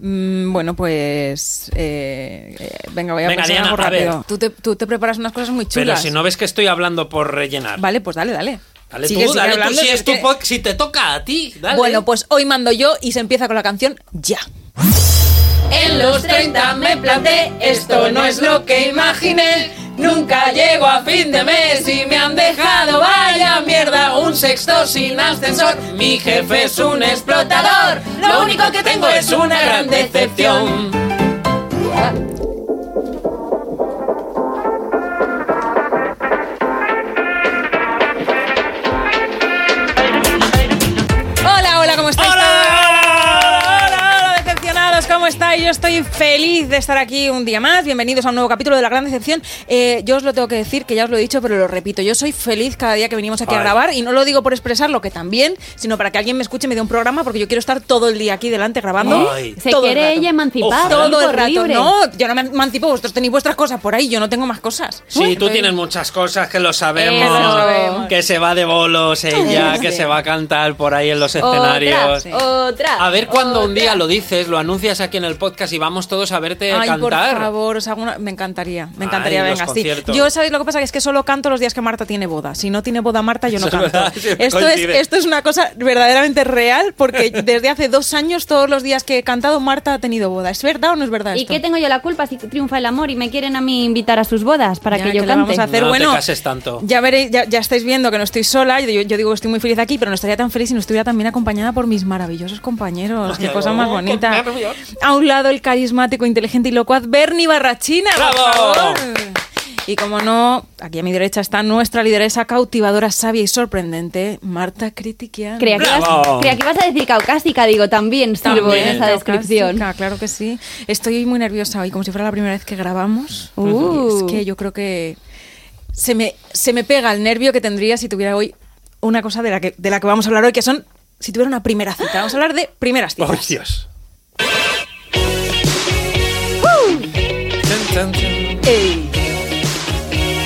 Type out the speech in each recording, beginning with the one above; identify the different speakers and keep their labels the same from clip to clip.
Speaker 1: Mm, Bueno, pues. eh, eh, venga, voy a
Speaker 2: Venga,
Speaker 1: pensar
Speaker 2: Diana,
Speaker 1: algo
Speaker 2: a ver.
Speaker 1: rápido. Tú, te, tú te preparas unas cosas muy
Speaker 2: Pero
Speaker 1: chulas.
Speaker 2: si no ves que estoy hablando por rellenar.
Speaker 1: Vale, pues dale, dale.
Speaker 2: Dale
Speaker 1: Sigue,
Speaker 2: tú,
Speaker 1: sigue
Speaker 2: dale tú.
Speaker 1: hablando,
Speaker 2: Si,
Speaker 1: si
Speaker 2: es
Speaker 1: es
Speaker 2: tu
Speaker 1: que-
Speaker 2: pod- si te toca a ti, dale.
Speaker 1: Bueno, pues hoy mando yo y se empieza con la canción ya.
Speaker 3: En los 30 me planté, esto no es lo que imaginé. Nunca llego a fin de mes y me han dejado, vaya mierda, un sexto sin ascensor. Mi jefe es un explotador, lo único que tengo es una gran decepción.
Speaker 1: Hola, hola, ¿cómo estáis?
Speaker 2: ¡Hola!
Speaker 1: Hola, hola, decepcionados, ¿cómo estáis? Yo estoy feliz de estar aquí un día más. Bienvenidos a un nuevo capítulo de La Gran Decepción. Eh, yo os lo tengo que decir, que ya os lo he dicho, pero lo repito. Yo soy feliz cada día que venimos aquí a
Speaker 2: Ay.
Speaker 1: grabar y no lo digo por expresarlo, que también, sino para que alguien me escuche y me dé un programa, porque yo quiero estar todo el día aquí delante grabando.
Speaker 2: Ay.
Speaker 4: ¿Eh? Se
Speaker 1: todo el
Speaker 4: quiere
Speaker 1: rato.
Speaker 4: ella emancipar.
Speaker 2: Ojalá.
Speaker 1: Todo el
Speaker 4: tiempo
Speaker 1: rato.
Speaker 4: libre.
Speaker 1: No, yo no me emancipo, vosotros tenéis vuestras cosas por ahí, yo no tengo más cosas.
Speaker 2: Sí, tú tienes muchas cosas que lo sabemos.
Speaker 4: Eso lo
Speaker 1: pues- sabemos.
Speaker 2: Que se va de bolos ella, que
Speaker 1: Sí.
Speaker 2: se va a cantar por ahí en los
Speaker 4: Otra,
Speaker 2: escenarios.
Speaker 4: otra.
Speaker 2: A ver cuando un día
Speaker 4: otra.
Speaker 2: lo dices, lo anuncias aquí en el podcast y vamos todos a verte
Speaker 1: Ay,
Speaker 2: cantar.
Speaker 1: por favor, os hago una- me encantaría, me encantaría,
Speaker 2: Ay, los
Speaker 1: venga, sí.
Speaker 2: conciertos.
Speaker 1: Yo, ¿sabéis lo que pasa? Que es que solo canto los días que Marta tiene boda. Si no tiene boda Marta, yo no
Speaker 2: Eso
Speaker 1: canto.
Speaker 2: es verdad, sí,
Speaker 1: esto, es,
Speaker 2: coincide.
Speaker 1: esto es una cosa verdaderamente real, porque desde hace dos años, todos los días que he cantado, Marta ha tenido boda. ¿Es verdad o no es verdad
Speaker 4: ¿Y
Speaker 1: esto?
Speaker 4: qué tengo yo la culpa si triunfa el amor y me quieren a mí invitar a sus bodas para
Speaker 1: Ya,
Speaker 4: que yo
Speaker 1: le
Speaker 4: cante?
Speaker 1: vamos a hacer?
Speaker 2: No te
Speaker 1: bueno,
Speaker 2: cases tanto.
Speaker 1: Ya, veréis, ya, ya estáis viendo que no estoy sola. Yo, yo digo que estoy muy feliz aquí, pero no estaría tan feliz si no estuviera también acompañada por mis maravillosos compañeros. Qué
Speaker 2: Ay,
Speaker 1: cosa más
Speaker 2: oh,
Speaker 1: bonita.
Speaker 2: maravilloso.
Speaker 1: A un lado, el carismático, inteligente y locuaz Bernie Barrachina. por
Speaker 2: ¡Bravo!
Speaker 1: favor. Y como no, aquí a mi derecha está nuestra lideresa cautivadora, sabia y sorprendente, Marta Critiquian.
Speaker 4: Creía que,
Speaker 2: ¡Bravo!
Speaker 4: ibas, creía que ibas a decir caucásica, digo, también sirvo
Speaker 1: También,
Speaker 4: en esa descripción.
Speaker 1: caucásica, Claro que sí. Estoy muy nerviosa hoy, como si fuera la primera vez que grabamos.
Speaker 4: Uh.
Speaker 1: Y Es que yo creo que se me, se me pega el nervio que tendría si tuviera hoy una cosa de la que, de la que vamos a hablar hoy, que son si tuviera una primera cita. Vamos a hablar de primeras citas.
Speaker 2: Ay, Dios. Chan, chan, chan.
Speaker 1: Ey,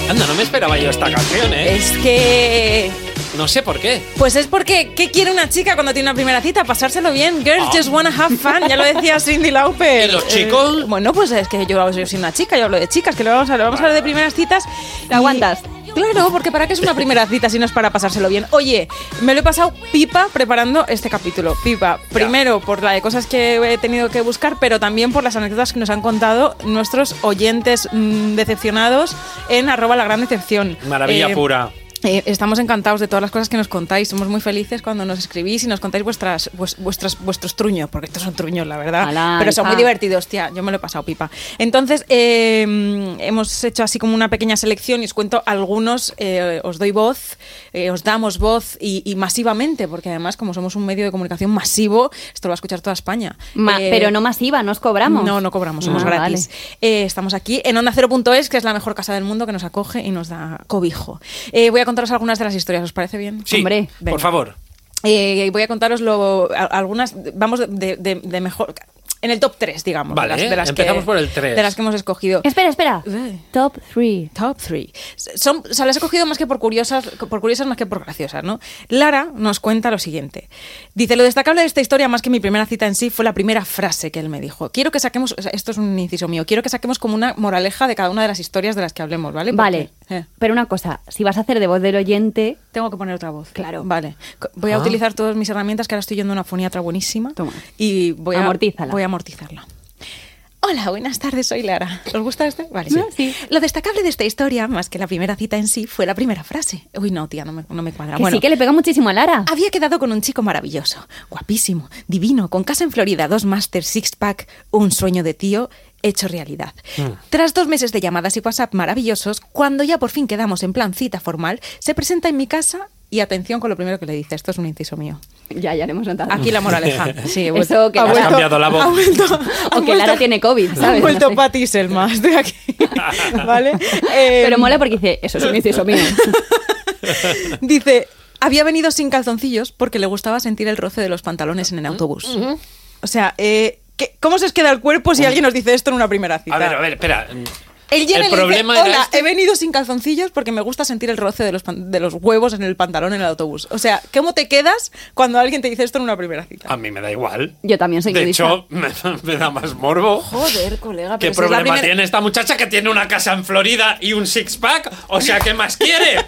Speaker 2: Anda, no me esperaba yo esta canción, ¿eh?
Speaker 1: es que...
Speaker 2: No sé por qué.
Speaker 1: Pues es porque, ¿qué quiere una chica cuando tiene una primera cita? Pasárselo bien. Girls
Speaker 2: Ah.
Speaker 1: just wanna have fun. Ya lo decía Cindy Lauper.
Speaker 2: ¿Y los
Speaker 1: Eh,
Speaker 2: chicos?
Speaker 1: bueno, pues es que yo, yo soy una chica, yo hablo de chicas, que lo vamos a hablar. Vamos a hablar de primeras citas.
Speaker 4: ¿Te aguantas?
Speaker 1: Claro, porque ¿para qué es una primera cita si no es para pasárselo bien? Oye, me lo he pasado pipa preparando este capítulo. Pipa, primero por la de cosas que he tenido que buscar, pero también por las anécdotas que nos han contado nuestros oyentes mm, decepcionados en arroba la gran decepción.
Speaker 2: Maravilla
Speaker 1: Eh,
Speaker 2: pura.
Speaker 1: eh, estamos encantados de todas las cosas que nos contáis. Somos muy felices cuando nos escribís y nos contáis vuestras, vues- vuestras, vuestros truños, porque estos son truños, la verdad.
Speaker 4: Ala,
Speaker 1: Pero son
Speaker 4: hija.
Speaker 1: muy divertidos, tía. Yo me lo he pasado pipa. Entonces, eh, hemos hecho así como una pequeña selección y os cuento algunos. eh, os doy voz, eh, os damos voz y, y masivamente, porque además, como somos un medio de comunicación masivo, esto lo va a escuchar toda España.
Speaker 4: Ma-
Speaker 1: Eh,
Speaker 4: pero no masiva, nos cobramos.
Speaker 1: no, no cobramos, somos
Speaker 4: Ah,
Speaker 1: gratis.
Speaker 4: vale.
Speaker 1: Eh, estamos aquí en Onda 0.es, que es la mejor casa del mundo que nos acoge y nos da cobijo. Eh, voy a contaros algunas de las historias, ¿os parece bien?
Speaker 2: Sí,
Speaker 4: Hombre,
Speaker 1: venga.
Speaker 2: por favor.
Speaker 1: Eh, voy a contaros lo- a- algunas, vamos de, de- de mejor, en el top 3, digamos.
Speaker 2: Vale, empezamos por el tres.
Speaker 1: De las que hemos escogido.
Speaker 4: Espera, espera.
Speaker 1: Eh.
Speaker 4: Top 3.
Speaker 1: Top 3. Son, o sea, las he escogido más que por curiosas, por curiosas más que por graciosas, ¿no? Lara nos cuenta lo siguiente. Dice, lo destacable de esta historia, más que mi primera cita en sí, fue la primera frase que él me dijo. Quiero que saquemos, o sea, esto es un inciso mío, quiero que saquemos como una moraleja de cada una de las historias de las que hablemos, ¿vale? Porque-
Speaker 4: Vale.
Speaker 1: Eh,
Speaker 4: Pero una cosa, si vas a hacer de voz del oyente,
Speaker 1: tengo que poner otra voz.
Speaker 4: Claro.
Speaker 1: Vale. Co- Voy a
Speaker 2: Ah.
Speaker 1: utilizar todas mis herramientas, que ahora estoy yendo a una foniatra buenísima.
Speaker 4: Toma.
Speaker 1: Y voy a,
Speaker 4: Amortízala.
Speaker 1: Voy a amortizarla. Hola, buenas tardes, soy Lara. ¿Os gusta este? Vale.
Speaker 4: Sí. Ah, sí.
Speaker 1: Lo destacable de esta historia, más que la primera cita en sí, fue la primera frase. Uy, no, tía, no me, no me cuadra.
Speaker 4: que
Speaker 1: Ah, bueno,
Speaker 4: sí que le pega muchísimo a Lara.
Speaker 1: había quedado con un chico maravilloso, guapísimo, divino, con casa en Florida, dos máster, six-pack, un sueño de tío hecho realidad.
Speaker 2: Mm.
Speaker 1: Tras dos meses de llamadas y WhatsApp maravillosos, cuando ya por fin quedamos en plan cita formal, se presenta en mi casa y atención con lo primero que le dice, esto es un inciso mío.
Speaker 4: Ya, ya le hemos notado.
Speaker 1: Aquí la moraleja. Sí, he vuelto-
Speaker 4: Eso que
Speaker 1: ha
Speaker 4: Lara-
Speaker 1: vuelto-
Speaker 2: Has cambiado la voz.
Speaker 1: ha vuelto- ha
Speaker 4: O que Lara
Speaker 1: vuelto-
Speaker 4: tiene COVID,
Speaker 1: Ha
Speaker 4: ¿sabes?
Speaker 1: vuelto
Speaker 4: No sé.
Speaker 1: Patty Selma, estoy aquí. ¿Vale? Eh,
Speaker 4: Pero mola porque dice, eso es un inciso mío.
Speaker 1: Dice, había venido sin calzoncillos porque le gustaba sentir el roce de los pantalones en el autobús. O sea, eh, ¿qué- ¿cómo se os queda el cuerpo si alguien nos dice esto en una primera cita?
Speaker 2: A ver, a ver, espera.
Speaker 1: Él llega
Speaker 2: El
Speaker 1: y le
Speaker 2: problema
Speaker 1: dice,
Speaker 2: era
Speaker 1: hola,
Speaker 2: este".
Speaker 1: he venido sin calzoncillos porque me gusta sentir el roce de los, pan- de los huevos en el pantalón en el autobús. O sea, ¿cómo te quedas cuando alguien te dice esto en una primera cita?
Speaker 2: A mí me da igual.
Speaker 4: Yo también soy
Speaker 2: De
Speaker 4: nudista.
Speaker 2: hecho, me, me da más morbo.
Speaker 4: Joder, colega,
Speaker 2: ¿Qué
Speaker 1: si es la
Speaker 2: problema
Speaker 1: primera-
Speaker 2: tiene esta muchacha que tiene una casa en Florida y un six-pack? O sea, ¿qué más quiere?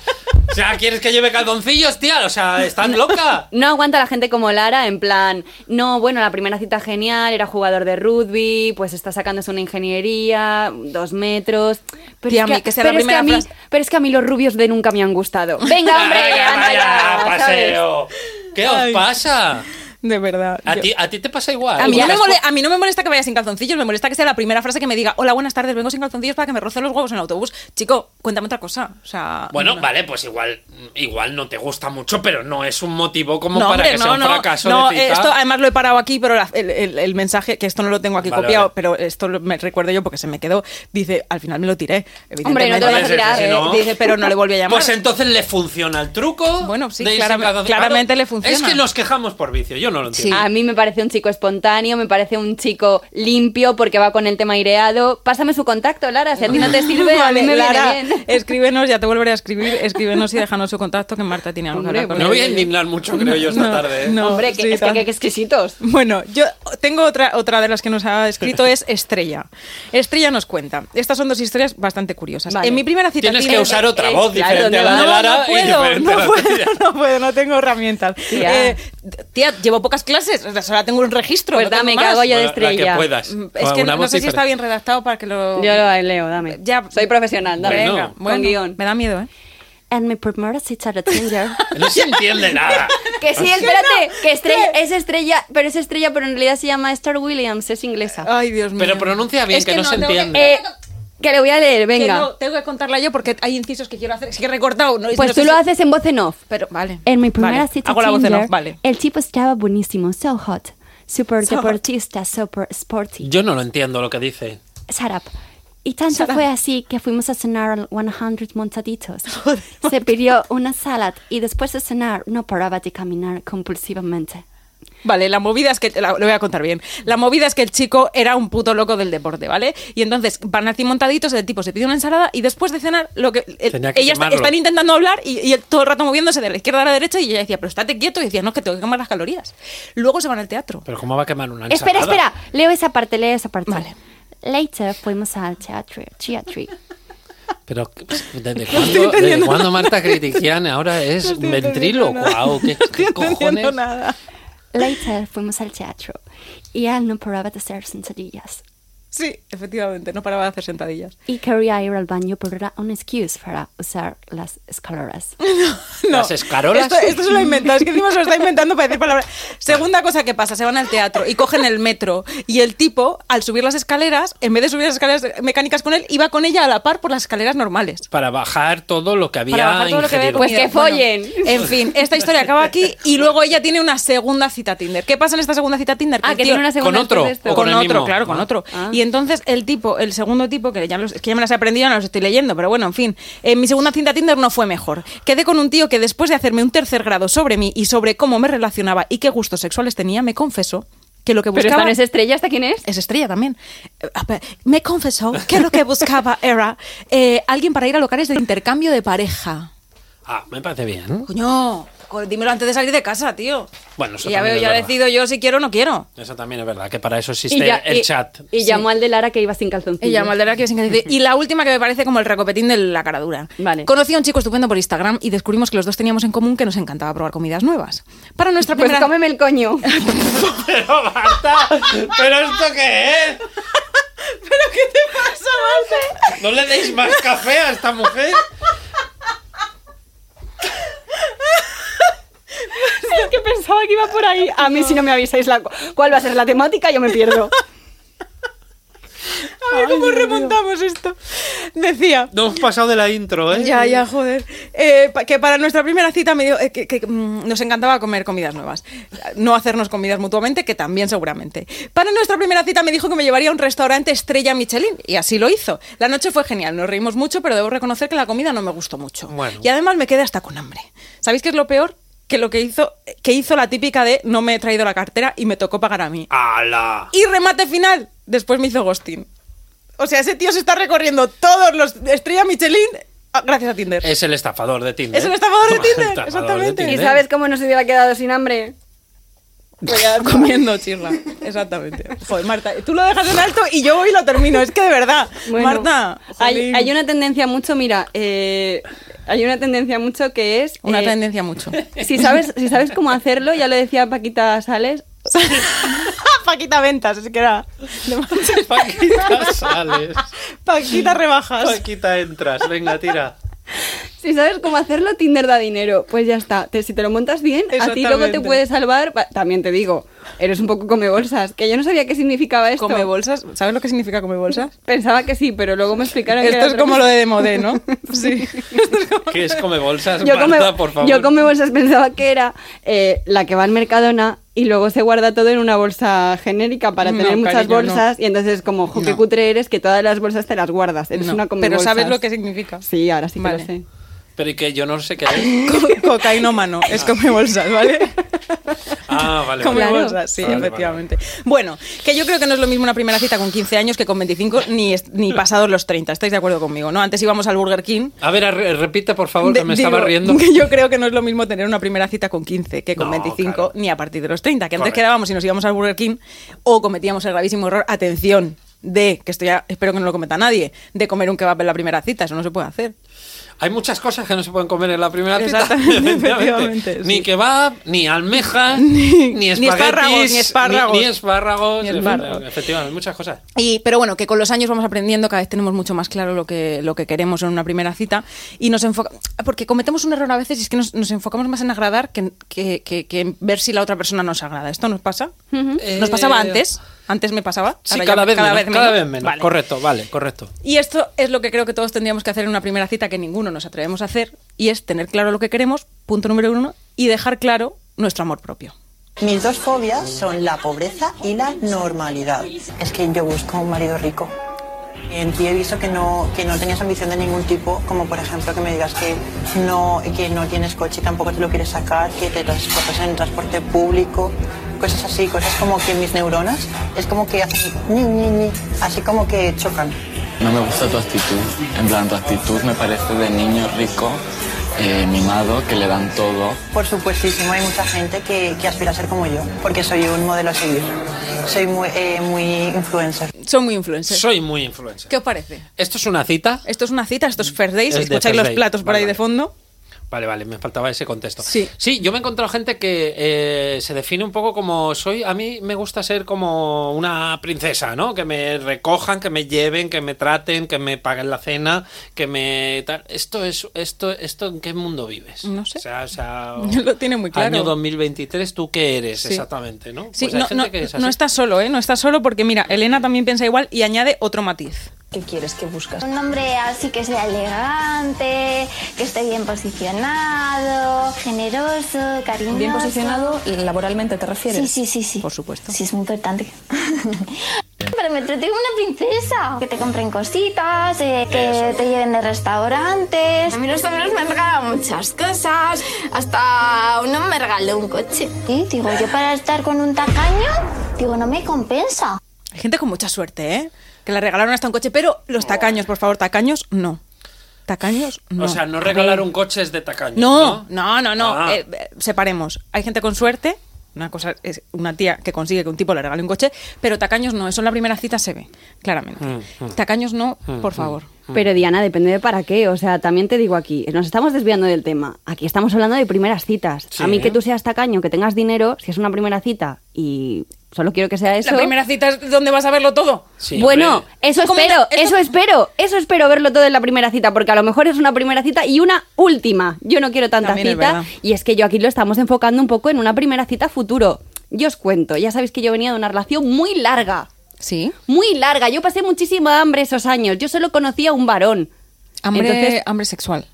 Speaker 2: O sea, ¿quieres que lleve calzoncillos, tía? O sea, ¿estás loca?
Speaker 4: No aguanta la gente como Lara en plan, no, bueno, la primera cita genial, era jugador de rugby, pues está sacándose una ingeniería, dos metros. Pero
Speaker 1: Tía,
Speaker 4: es que,
Speaker 1: a mí que sea la
Speaker 4: pero es que
Speaker 1: primera
Speaker 4: a mí-
Speaker 1: frase.
Speaker 4: pero es que a mí los rubios de nunca me han gustado. Venga, hombre,
Speaker 2: Venga,
Speaker 4: anda ya,
Speaker 2: vaya,
Speaker 4: ¿sabes?
Speaker 2: paseo. ¿Qué os
Speaker 1: Ay.
Speaker 2: pasa?
Speaker 1: De verdad.
Speaker 2: ¿A
Speaker 1: yo-
Speaker 2: ti, a ti te pasa igual.
Speaker 1: A mí,
Speaker 2: Y
Speaker 1: no me
Speaker 2: las-
Speaker 1: mole- a mí no me molesta que vaya sin calzoncillos, me molesta que sea la primera frase que me diga, hola, buenas tardes, vengo sin calzoncillos para que me rocen los huevos en el autobús. Chico, cuéntame otra cosa. O sea,
Speaker 2: Bueno,
Speaker 1: no.
Speaker 2: vale, pues igual, igual no te gusta mucho, pero no es un motivo como
Speaker 1: No,
Speaker 2: para
Speaker 1: hombre,
Speaker 2: que
Speaker 1: no,
Speaker 2: sea un
Speaker 1: no,
Speaker 2: fracaso
Speaker 1: no,
Speaker 2: de cita.
Speaker 1: eh, esto además lo he parado aquí, pero la- el, el- el mensaje, que esto no lo tengo aquí
Speaker 2: Vale,
Speaker 1: copiado,
Speaker 2: vale.
Speaker 1: pero esto lo- me recuerdo yo porque se me quedó, dice, al final me lo tiré.
Speaker 4: Hombre, no te
Speaker 1: evidentemente.
Speaker 4: vas a
Speaker 2: Sí, sí,
Speaker 4: tirar,
Speaker 2: sí,
Speaker 4: eh,
Speaker 2: ¿no?
Speaker 1: Dice, pero no le volví a llamar.
Speaker 2: Pues entonces le funciona el truco.
Speaker 1: Bueno, sí,
Speaker 2: de irse
Speaker 1: claramente-
Speaker 2: en calzoncillos.
Speaker 1: claramente
Speaker 2: Claro,
Speaker 1: le funciona.
Speaker 2: Es que nos quejamos por vicio, yo no lo entiendo.
Speaker 4: A mí me parece un chico espontáneo, me parece un chico limpio porque va con el tema aireado. Pásame su contacto, Lara, si a ti no te sirve, a mí
Speaker 1: Vale,
Speaker 4: me
Speaker 1: Lara, eh,
Speaker 4: viene bien.
Speaker 1: escríbenos, ya te volveré a escribir, escríbenos y déjanos su contacto que Marta tiene algo que
Speaker 4: Hombre,
Speaker 1: hablar con
Speaker 2: No
Speaker 1: él.
Speaker 2: voy a indignar mucho, creo yo, esta
Speaker 1: No,
Speaker 2: tarde. ¿eh?
Speaker 1: no.
Speaker 4: Hombre, que,
Speaker 1: sí,
Speaker 4: es que,
Speaker 1: tan-
Speaker 4: que- que exquisitos.
Speaker 1: Bueno, yo tengo otra, otra de las que nos ha escrito es Estrella. Estrella nos cuenta. Estas son dos historias bastante curiosas.
Speaker 4: Vale.
Speaker 1: En mi primera cita
Speaker 2: Tienes que
Speaker 1: tiene-
Speaker 2: usar otra
Speaker 4: eh,
Speaker 2: voz
Speaker 4: claro,
Speaker 2: diferente a
Speaker 4: no,
Speaker 2: la de
Speaker 4: no,
Speaker 2: Lara
Speaker 1: no
Speaker 2: y
Speaker 1: puedo,
Speaker 2: diferente a
Speaker 1: no
Speaker 2: la
Speaker 1: puedo,
Speaker 2: tuya.
Speaker 1: no puedo, no tengo herramientas.
Speaker 4: Tía.
Speaker 1: Eh, tía, llevo pocas clases, o sea, solo tengo un registro.
Speaker 4: Pues
Speaker 1: no tengo
Speaker 4: dame, que
Speaker 1: más. Mm,
Speaker 4: hago yo de
Speaker 2: Bueno, la que
Speaker 4: estrella.
Speaker 2: puedas.
Speaker 1: Es que
Speaker 2: Una
Speaker 1: no,
Speaker 2: voz
Speaker 1: sé si
Speaker 2: diferente.
Speaker 1: está bien redactado para que lo...
Speaker 4: Yo lo leo, dame.
Speaker 1: Ya-
Speaker 4: Soy profesional, dame.
Speaker 2: Bueno.
Speaker 4: Venga, con guión.
Speaker 1: Me da miedo, ¿eh?
Speaker 4: And my primera cita de Tinder.
Speaker 2: No se entiende nada.
Speaker 4: Que sí, espérate, que estrella, es estrella, pero es estrella, pero en realidad se llama Esther Williams, es inglesa.
Speaker 1: Ay, Dios mío.
Speaker 2: Pero pronuncia bien,
Speaker 1: Es
Speaker 2: que, no, se
Speaker 1: tengo que-
Speaker 2: entiende.
Speaker 4: Eh, que le voy a leer,
Speaker 1: Que
Speaker 4: Eh, venga.
Speaker 1: no, tengo que contarla yo porque hay incisos que quiero hacer. Sí que he recortado. ¿no?
Speaker 4: Pues
Speaker 1: No
Speaker 4: tú
Speaker 1: sé
Speaker 4: lo
Speaker 1: si-
Speaker 4: haces en voz en off.
Speaker 1: Pero vale.
Speaker 5: En mi primera
Speaker 1: Vale,
Speaker 5: cita
Speaker 1: Hago la voz en
Speaker 5: Tinder,
Speaker 1: off, vale.
Speaker 5: el tipo estaba buenísimo, so hot, super
Speaker 1: So hot.
Speaker 5: deportista, super sporty.
Speaker 2: Yo no lo entiendo lo que dice.
Speaker 5: Shut up. Y tanto fue así que fuimos a cenar al 100 montaditos. Se pidió una salad y después de cenar no paraba de caminar compulsivamente.
Speaker 1: Vale, la movida es que. la- lo voy a contar bien. La movida es que el chico era un puto loco del deporte, ¿vale? Y entonces van así montaditos, el tipo se pide una ensalada y después de cenar, lo que. el-
Speaker 2: Tenía que
Speaker 1: ellas
Speaker 2: quemarlo.
Speaker 1: están intentando hablar y, y él todo el rato moviéndose de la izquierda a la derecha y ella decía, pero estate quieto. Y decía, no, es que tengo que quemar las calorías. Luego se van al teatro.
Speaker 2: Pero ¿cómo va a quemar una
Speaker 5: Espera,
Speaker 2: ensalada?
Speaker 5: espera, leo esa parte, leo esa parte.
Speaker 1: Vale.
Speaker 5: Later fuimos al teatro, teatro.
Speaker 2: Pero pues, ¿desde cuándo, desde cuándo Marta Critiquian ahora es ventrilo? Guau, ¿qué, qué cojones?
Speaker 1: nada.
Speaker 5: Later fuimos al teatro y él no paraba de hacer sentadillas.
Speaker 1: Sí, efectivamente, no paraba de hacer sentadillas.
Speaker 5: y quería ir al baño, pero era una excuse para usar las escaleras.
Speaker 2: Las escarolas.
Speaker 1: Esto, esto se lo ha inventado, es que encima se lo está inventando para decir palabras. Segunda cosa que pasa, se van al teatro y cogen el metro y el tipo, al subir las escaleras, en vez de subir las escaleras mecánicas con él, iba con ella a la par por las escaleras normales.
Speaker 2: Para bajar todo lo que había
Speaker 1: Para bajar todo lo que había
Speaker 2: ingerido.
Speaker 4: Pues que
Speaker 1: comido. Bueno,
Speaker 4: follen.
Speaker 1: en fin, esta historia acaba aquí y luego ella tiene una segunda cita Tinder. ¿Qué pasa en esta segunda cita Tinder?
Speaker 4: Ah,
Speaker 1: el
Speaker 4: que
Speaker 1: tío-
Speaker 4: tiene una segunda
Speaker 2: con otro,
Speaker 4: después de
Speaker 2: o
Speaker 4: esto.
Speaker 1: con,
Speaker 2: el
Speaker 1: otro,
Speaker 2: mismo.
Speaker 1: claro, con
Speaker 2: Ah.
Speaker 1: otro.
Speaker 4: Ah.
Speaker 1: Y entonces el tipo, el segundo tipo, que ya, los- es que ya me las he aprendido, no los estoy leyendo, pero bueno, en fin. En mi segunda cinta Tinder no fue mejor. Quedé con un tío que después de hacerme un tercer grado sobre mí y sobre cómo me relacionaba y qué gustos sexuales tenía, me confesó que lo que
Speaker 4: Pero esta
Speaker 1: buscaba...
Speaker 4: no es estrella, ¿hasta quién es?
Speaker 1: Es estrella también. Eh, a ver, Me confesó que lo que buscaba era eh, alguien para ir a locales de intercambio de pareja.
Speaker 2: Ah, me parece bien.
Speaker 1: Coño, co- dímelo antes de salir de casa, tío.
Speaker 2: Bueno, eso
Speaker 1: Y ya veo,
Speaker 2: también es
Speaker 1: ya
Speaker 2: verdad.
Speaker 1: decido yo si quiero o no quiero.
Speaker 2: Eso también es verdad, que para eso existe
Speaker 4: ya-
Speaker 2: Este, el chat.
Speaker 4: Y llamó al de Lara que iba sin calzoncillos.
Speaker 1: Y ya, Maldera, que sin que decir. Y la última que me parece como el recopetín de la cara dura.
Speaker 4: Vale.
Speaker 1: Conocí a un chico estupendo por Instagram y descubrimos que los dos teníamos en común que nos encantaba probar comidas nuevas. Para nuestra
Speaker 4: Pues
Speaker 1: primera...
Speaker 4: cómeme el coño.
Speaker 2: Pero Marta, ¿pero esto qué es? ¿No le deis más café a esta mujer?
Speaker 4: es que pensaba que iba por ahí. A mí si no me avisáis la, cuál va a ser la temática, yo me pierdo.
Speaker 1: A ver cómo remontamos esto. Decía...
Speaker 2: No hemos pasado de la intro, ¿eh?
Speaker 1: Ya, ya, joder. Eh, pa- que para nuestra primera cita me dio, eh, que, que, mm, nos encantaba comer comidas nuevas. No hacernos comidas mutuamente, que también seguramente. Para nuestra primera cita me dijo que me llevaría a un restaurante estrella Michelin y así lo hizo. La noche fue genial, nos reímos mucho, pero debo reconocer que la comida no me gustó mucho.
Speaker 2: Bueno.
Speaker 1: Y además me quedé hasta con hambre. ¿Sabéis qué es lo peor? Que lo que hizo, que hizo la típica de no me he traído la cartera y me tocó pagar a mí.
Speaker 2: ¡Hala!
Speaker 1: Y remate final, después me hizo Ghosting. O sea, ese tío se está recorriendo todos los estrella Michelin ah, gracias a Tinder.
Speaker 2: Es el estafador de Tinder.
Speaker 1: Es el estafador de
Speaker 2: El
Speaker 1: Tinder,
Speaker 2: estafador
Speaker 1: exactamente.
Speaker 2: de
Speaker 4: ¿Y
Speaker 2: Tinder. ¿eh?
Speaker 4: sabes cómo nos hubiera quedado sin hambre?
Speaker 1: comiendo chirla. Exactamente. Joder, Marta, tú lo dejas en alto y yo voy y lo termino. Es que de verdad,
Speaker 4: Bueno,
Speaker 1: Marta,
Speaker 4: hay,
Speaker 1: jolín.
Speaker 4: hay una tendencia mucho, mira, eh, hay una tendencia mucho que es...
Speaker 1: Una
Speaker 4: eh,
Speaker 1: tendencia mucho.
Speaker 4: Si sabes, si sabes cómo hacerlo, ya lo decía Paquita Sales,
Speaker 1: Paquita Ventas, es que era.
Speaker 2: Paquita sales.
Speaker 1: Paquita Rebajas.
Speaker 2: Paquita entras. Venga, tira.
Speaker 4: Si sabes cómo hacerlo, Tinder da dinero. Pues ya está. Te- si te lo montas bien, a ti luego
Speaker 1: Exactamente.
Speaker 4: te puede salvar. Pa- También te digo, eres un poco come bolsas. Que yo no sabía qué significaba esto.
Speaker 1: Come bolsas. ¿Sabes lo que significa come bolsas?
Speaker 4: Pensaba que sí, pero luego me explicaron que
Speaker 1: Esto
Speaker 4: era
Speaker 1: es
Speaker 4: otra
Speaker 1: como lo
Speaker 4: cosa.
Speaker 1: de Demodé, ¿no? Sí.
Speaker 2: ¿Qué es come bolsas?
Speaker 4: Yo come,
Speaker 2: Marta, por favor.
Speaker 4: yo come bolsas pensaba que era eh, la que va al Mercadona y luego se guarda todo en una bolsa genérica para
Speaker 1: No,
Speaker 4: tener muchas
Speaker 1: cariño,
Speaker 4: bolsas. Y entonces es como, jo, qué
Speaker 1: No.
Speaker 4: cutre eres que todas las bolsas te las guardas. Eres
Speaker 1: No,
Speaker 4: una come
Speaker 1: pero ¿sabes
Speaker 4: bolsas.
Speaker 1: lo que significa?
Speaker 4: Sí, ahora sí que
Speaker 1: Vale.
Speaker 4: lo sé.
Speaker 2: Pero y que yo no sé qué es.
Speaker 1: Co- Cocainómano, es come bolsas, ¿vale?
Speaker 2: Ah, vale.
Speaker 1: Come
Speaker 2: vale.
Speaker 1: bolsas, sí,
Speaker 2: Vale, vale.
Speaker 1: efectivamente. Bueno, que yo creo que no es lo mismo una primera cita con 15 años que con 25 ni, es- ni pasados los 30. ¿Estáis de acuerdo conmigo? ¿No? Antes íbamos al Burger King.
Speaker 2: A ver, arre- repite, por favor, que
Speaker 1: De-
Speaker 2: me estaba
Speaker 1: digo,
Speaker 2: riendo.
Speaker 1: que yo creo que no es lo mismo tener una primera cita con 15 que con
Speaker 2: No,
Speaker 1: 25
Speaker 2: claro.
Speaker 1: ni a partir de los 30. Que antes
Speaker 2: Correcto.
Speaker 1: quedábamos y nos íbamos al Burger King o cometíamos el gravísimo error, atención, de, que esto ya espero que no lo cometa nadie, de comer un kebab en la primera cita. Eso no se puede hacer.
Speaker 2: Hay muchas cosas que no se pueden comer en la primera cita.
Speaker 1: Exactamente,
Speaker 2: efectivamente.
Speaker 1: efectivamente, sí.
Speaker 2: Ni kebab, ni almejas, ni,
Speaker 1: ni
Speaker 2: espaguetis,
Speaker 1: espárragos, ni espárragos.
Speaker 2: ni- ni espárragos,
Speaker 1: Ni espárragos.
Speaker 2: Efectivamente, muchas cosas.
Speaker 1: Y, pero bueno, que con los años vamos aprendiendo, cada vez tenemos mucho más claro lo que, lo que queremos en una primera cita y nos enfoca porque cometemos un error a veces y es que nos, nos enfocamos más en agradar que, en- que- que- que en ver si la otra persona nos agrada. ¿Esto nos pasa? ¿Nos pasaba
Speaker 2: Eh,
Speaker 1: antes? ¿Antes me pasaba?
Speaker 2: Sí,
Speaker 1: Ahora ya
Speaker 2: cada,
Speaker 1: me-
Speaker 2: vez menos, cada vez
Speaker 1: menos.
Speaker 2: menos.
Speaker 1: Vale.
Speaker 2: Correcto, vale, correcto.
Speaker 1: Y esto es lo que creo que todos tendríamos que hacer en una primera cita que ninguno nos atrevemos a hacer y es tener claro lo que queremos, punto número uno, y dejar claro nuestro amor propio.
Speaker 6: Mis dos fobias son la pobreza y la normalidad. Es que yo busco un marido rico. En ti he visto que no, que no tenías ambición de ningún tipo, como por ejemplo que me digas que no, que no tienes coche y tampoco te lo quieres sacar, que te transportas en transporte público, cosas así, cosas como que mis neuronas es como que hacen ñi, ñi, ñi, así como que chocan.
Speaker 7: No me gusta tu actitud. En plan, tu actitud me parece de niño rico, eh, mimado, que le dan todo.
Speaker 6: Por supuestísimo, hay mucha gente que, que aspira a ser como yo, porque soy un modelo a seguir. Soy muy, eh, muy influencer.
Speaker 1: Son muy influencers.
Speaker 2: Soy muy influencer.
Speaker 1: ¿Qué os parece?
Speaker 2: ¿Esto es una cita?
Speaker 1: Esto es una cita, esto es first days,
Speaker 2: Es de
Speaker 1: escucháis
Speaker 2: first
Speaker 1: los
Speaker 2: date.
Speaker 1: platos por
Speaker 2: Vale,
Speaker 1: ahí de
Speaker 2: vale.
Speaker 1: fondo.
Speaker 2: Vale, vale, me faltaba ese contexto.
Speaker 1: Sí.
Speaker 2: yo me he encontrado gente que eh, se define un poco como soy. A mí me gusta ser como una princesa, ¿no? Que me recojan, que me lleven, que me traten, que me paguen la cena, que me. tal. Esto es. Esto, ¿Esto en qué mundo vives?
Speaker 1: No sé.
Speaker 2: O sea, o sea,
Speaker 1: Lo tiene muy claro.
Speaker 2: Año 2023, ¿tú qué eres
Speaker 1: Sí.
Speaker 2: exactamente, no?
Speaker 1: Sí,
Speaker 2: Pues hay
Speaker 1: no,
Speaker 2: gente
Speaker 1: no-
Speaker 2: que es
Speaker 1: no
Speaker 2: así.
Speaker 1: estás solo, ¿eh? No estás solo porque, mira, Elena también piensa igual y añade otro matiz.
Speaker 8: ¿Qué quieres que buscas?
Speaker 9: Un hombre así que sea elegante, que esté bien posicionado, generoso, cariñoso.
Speaker 8: Bien posicionado laboralmente, ¿te refieres?
Speaker 9: Sí, sí, sí, sí.
Speaker 1: Por supuesto.
Speaker 9: Sí, es muy importante. Pero me trate como una princesa. Que te compren cositas, eh, que te lleven de restaurantes.
Speaker 8: A mí los hombres me han regalado muchas cosas, hasta uno me regaló un coche.
Speaker 9: Sí, digo, yo para estar con un tacaño, digo, no me compensa.
Speaker 1: Hay gente con mucha suerte, ¿eh? Que le regalaron hasta un coche, pero los tacaños, por favor, tacaños, no. Tacaños, no.
Speaker 2: O sea, no regalar un coche es de tacaño.
Speaker 1: No, no, no, no.
Speaker 2: Ah.
Speaker 1: Eh, eh, separemos. Hay gente con suerte. Una cosa es una tía que consigue que un tipo le regale un coche, pero tacaños no. Eso en la primera cita se ve, claramente.
Speaker 2: Mm,
Speaker 1: Tacaños no, por favor.
Speaker 4: Pero Diana, depende de para qué. O sea, también te digo aquí, nos estamos desviando del tema. Aquí estamos hablando de primeras citas.
Speaker 2: Sí.
Speaker 4: A mí que tú seas tacaño, que tengas dinero, si es una primera cita y solo quiero que sea eso.
Speaker 1: La primera cita es donde vas a verlo todo.
Speaker 2: Sí,
Speaker 4: bueno,
Speaker 2: hombre.
Speaker 4: eso
Speaker 1: Como
Speaker 4: espero,
Speaker 1: una- esto-
Speaker 4: eso espero, eso espero verlo todo en la primera cita, porque a lo mejor es una primera cita y una última. Yo no quiero tanta
Speaker 1: También es
Speaker 4: cita
Speaker 1: verdad.
Speaker 4: y es que yo aquí lo estamos enfocando un poco en una primera cita futuro. Yo os cuento, ya sabéis que yo venía de una relación muy larga,
Speaker 1: Sí.
Speaker 4: muy larga. Yo pasé muchísima hambre esos años. Yo solo conocía a un varón.
Speaker 1: Hambre,
Speaker 4: Entonces,
Speaker 1: hambre sexual.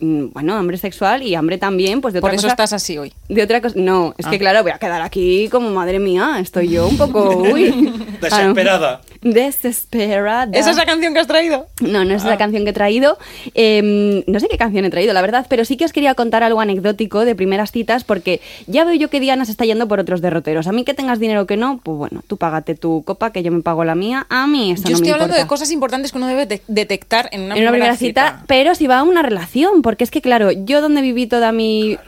Speaker 4: mm, bueno, hambre sexual y hambre también, pues de otra
Speaker 1: Por eso Ah.
Speaker 4: cosa-
Speaker 1: estás así hoy.
Speaker 4: De otra cosa. No, es que claro, voy a quedar aquí como madre mía, estoy yo un poco. Uy. Claro.
Speaker 2: Desesperada.
Speaker 4: desesperada.
Speaker 1: ¿Esa es la canción que has traído?
Speaker 4: No, no es
Speaker 1: Ah.
Speaker 4: la canción que he traído. Eh, no sé qué canción he traído, la verdad, pero sí que os quería contar algo anecdótico de primeras citas porque ya veo yo que Diana se está yendo por otros derroteros. A mí que tengas dinero que no, pues bueno, tú págate tu copa que yo me pago la mía. A mí eso
Speaker 1: Yo
Speaker 4: no
Speaker 1: estoy
Speaker 4: me
Speaker 1: hablando
Speaker 4: importa.
Speaker 1: de cosas importantes que uno debe de- detectar en una,
Speaker 4: en una primera cita, pero si va a una relación, porque es que claro, yo donde viví toda mi...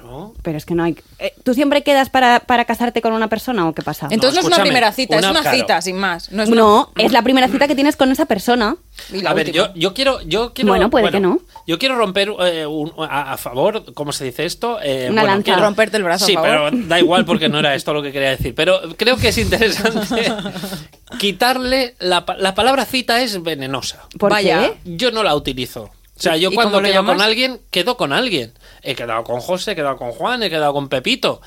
Speaker 4: Pero es que no hay... eh, ¿Tú siempre quedas para, para casarte con una persona o qué pasa?
Speaker 1: Entonces no, es una
Speaker 2: escúchame,
Speaker 1: primera cita,
Speaker 2: una-
Speaker 1: es una
Speaker 2: claro.
Speaker 1: cita, sin más. No, es una-
Speaker 4: no, es la primera cita que tienes con esa persona.
Speaker 1: Y la
Speaker 2: A ver,
Speaker 1: última.
Speaker 2: yo, yo quiero, yo quiero.
Speaker 4: Bueno, puede que no.
Speaker 2: Yo quiero romper eh, un- a, a favor, ¿cómo se dice esto? Eh,
Speaker 4: Una lanza.
Speaker 2: quiero-
Speaker 1: Romperte el brazo a
Speaker 2: Sí,
Speaker 1: favor.
Speaker 2: pero da igual porque no era esto lo que quería decir. Pero creo que es interesante quitarle la, pa- la palabra cita es venenosa.
Speaker 4: ¿Por
Speaker 1: Vaya.
Speaker 4: qué?
Speaker 2: Yo no la utilizo. O sea,
Speaker 1: ¿Y-
Speaker 2: yo
Speaker 1: y
Speaker 2: cuando
Speaker 1: cómo lo
Speaker 2: quedo con
Speaker 1: llamas?
Speaker 2: alguien, quedo con alguien. He quedado con José, he quedado con Juan, he quedado con Pepito.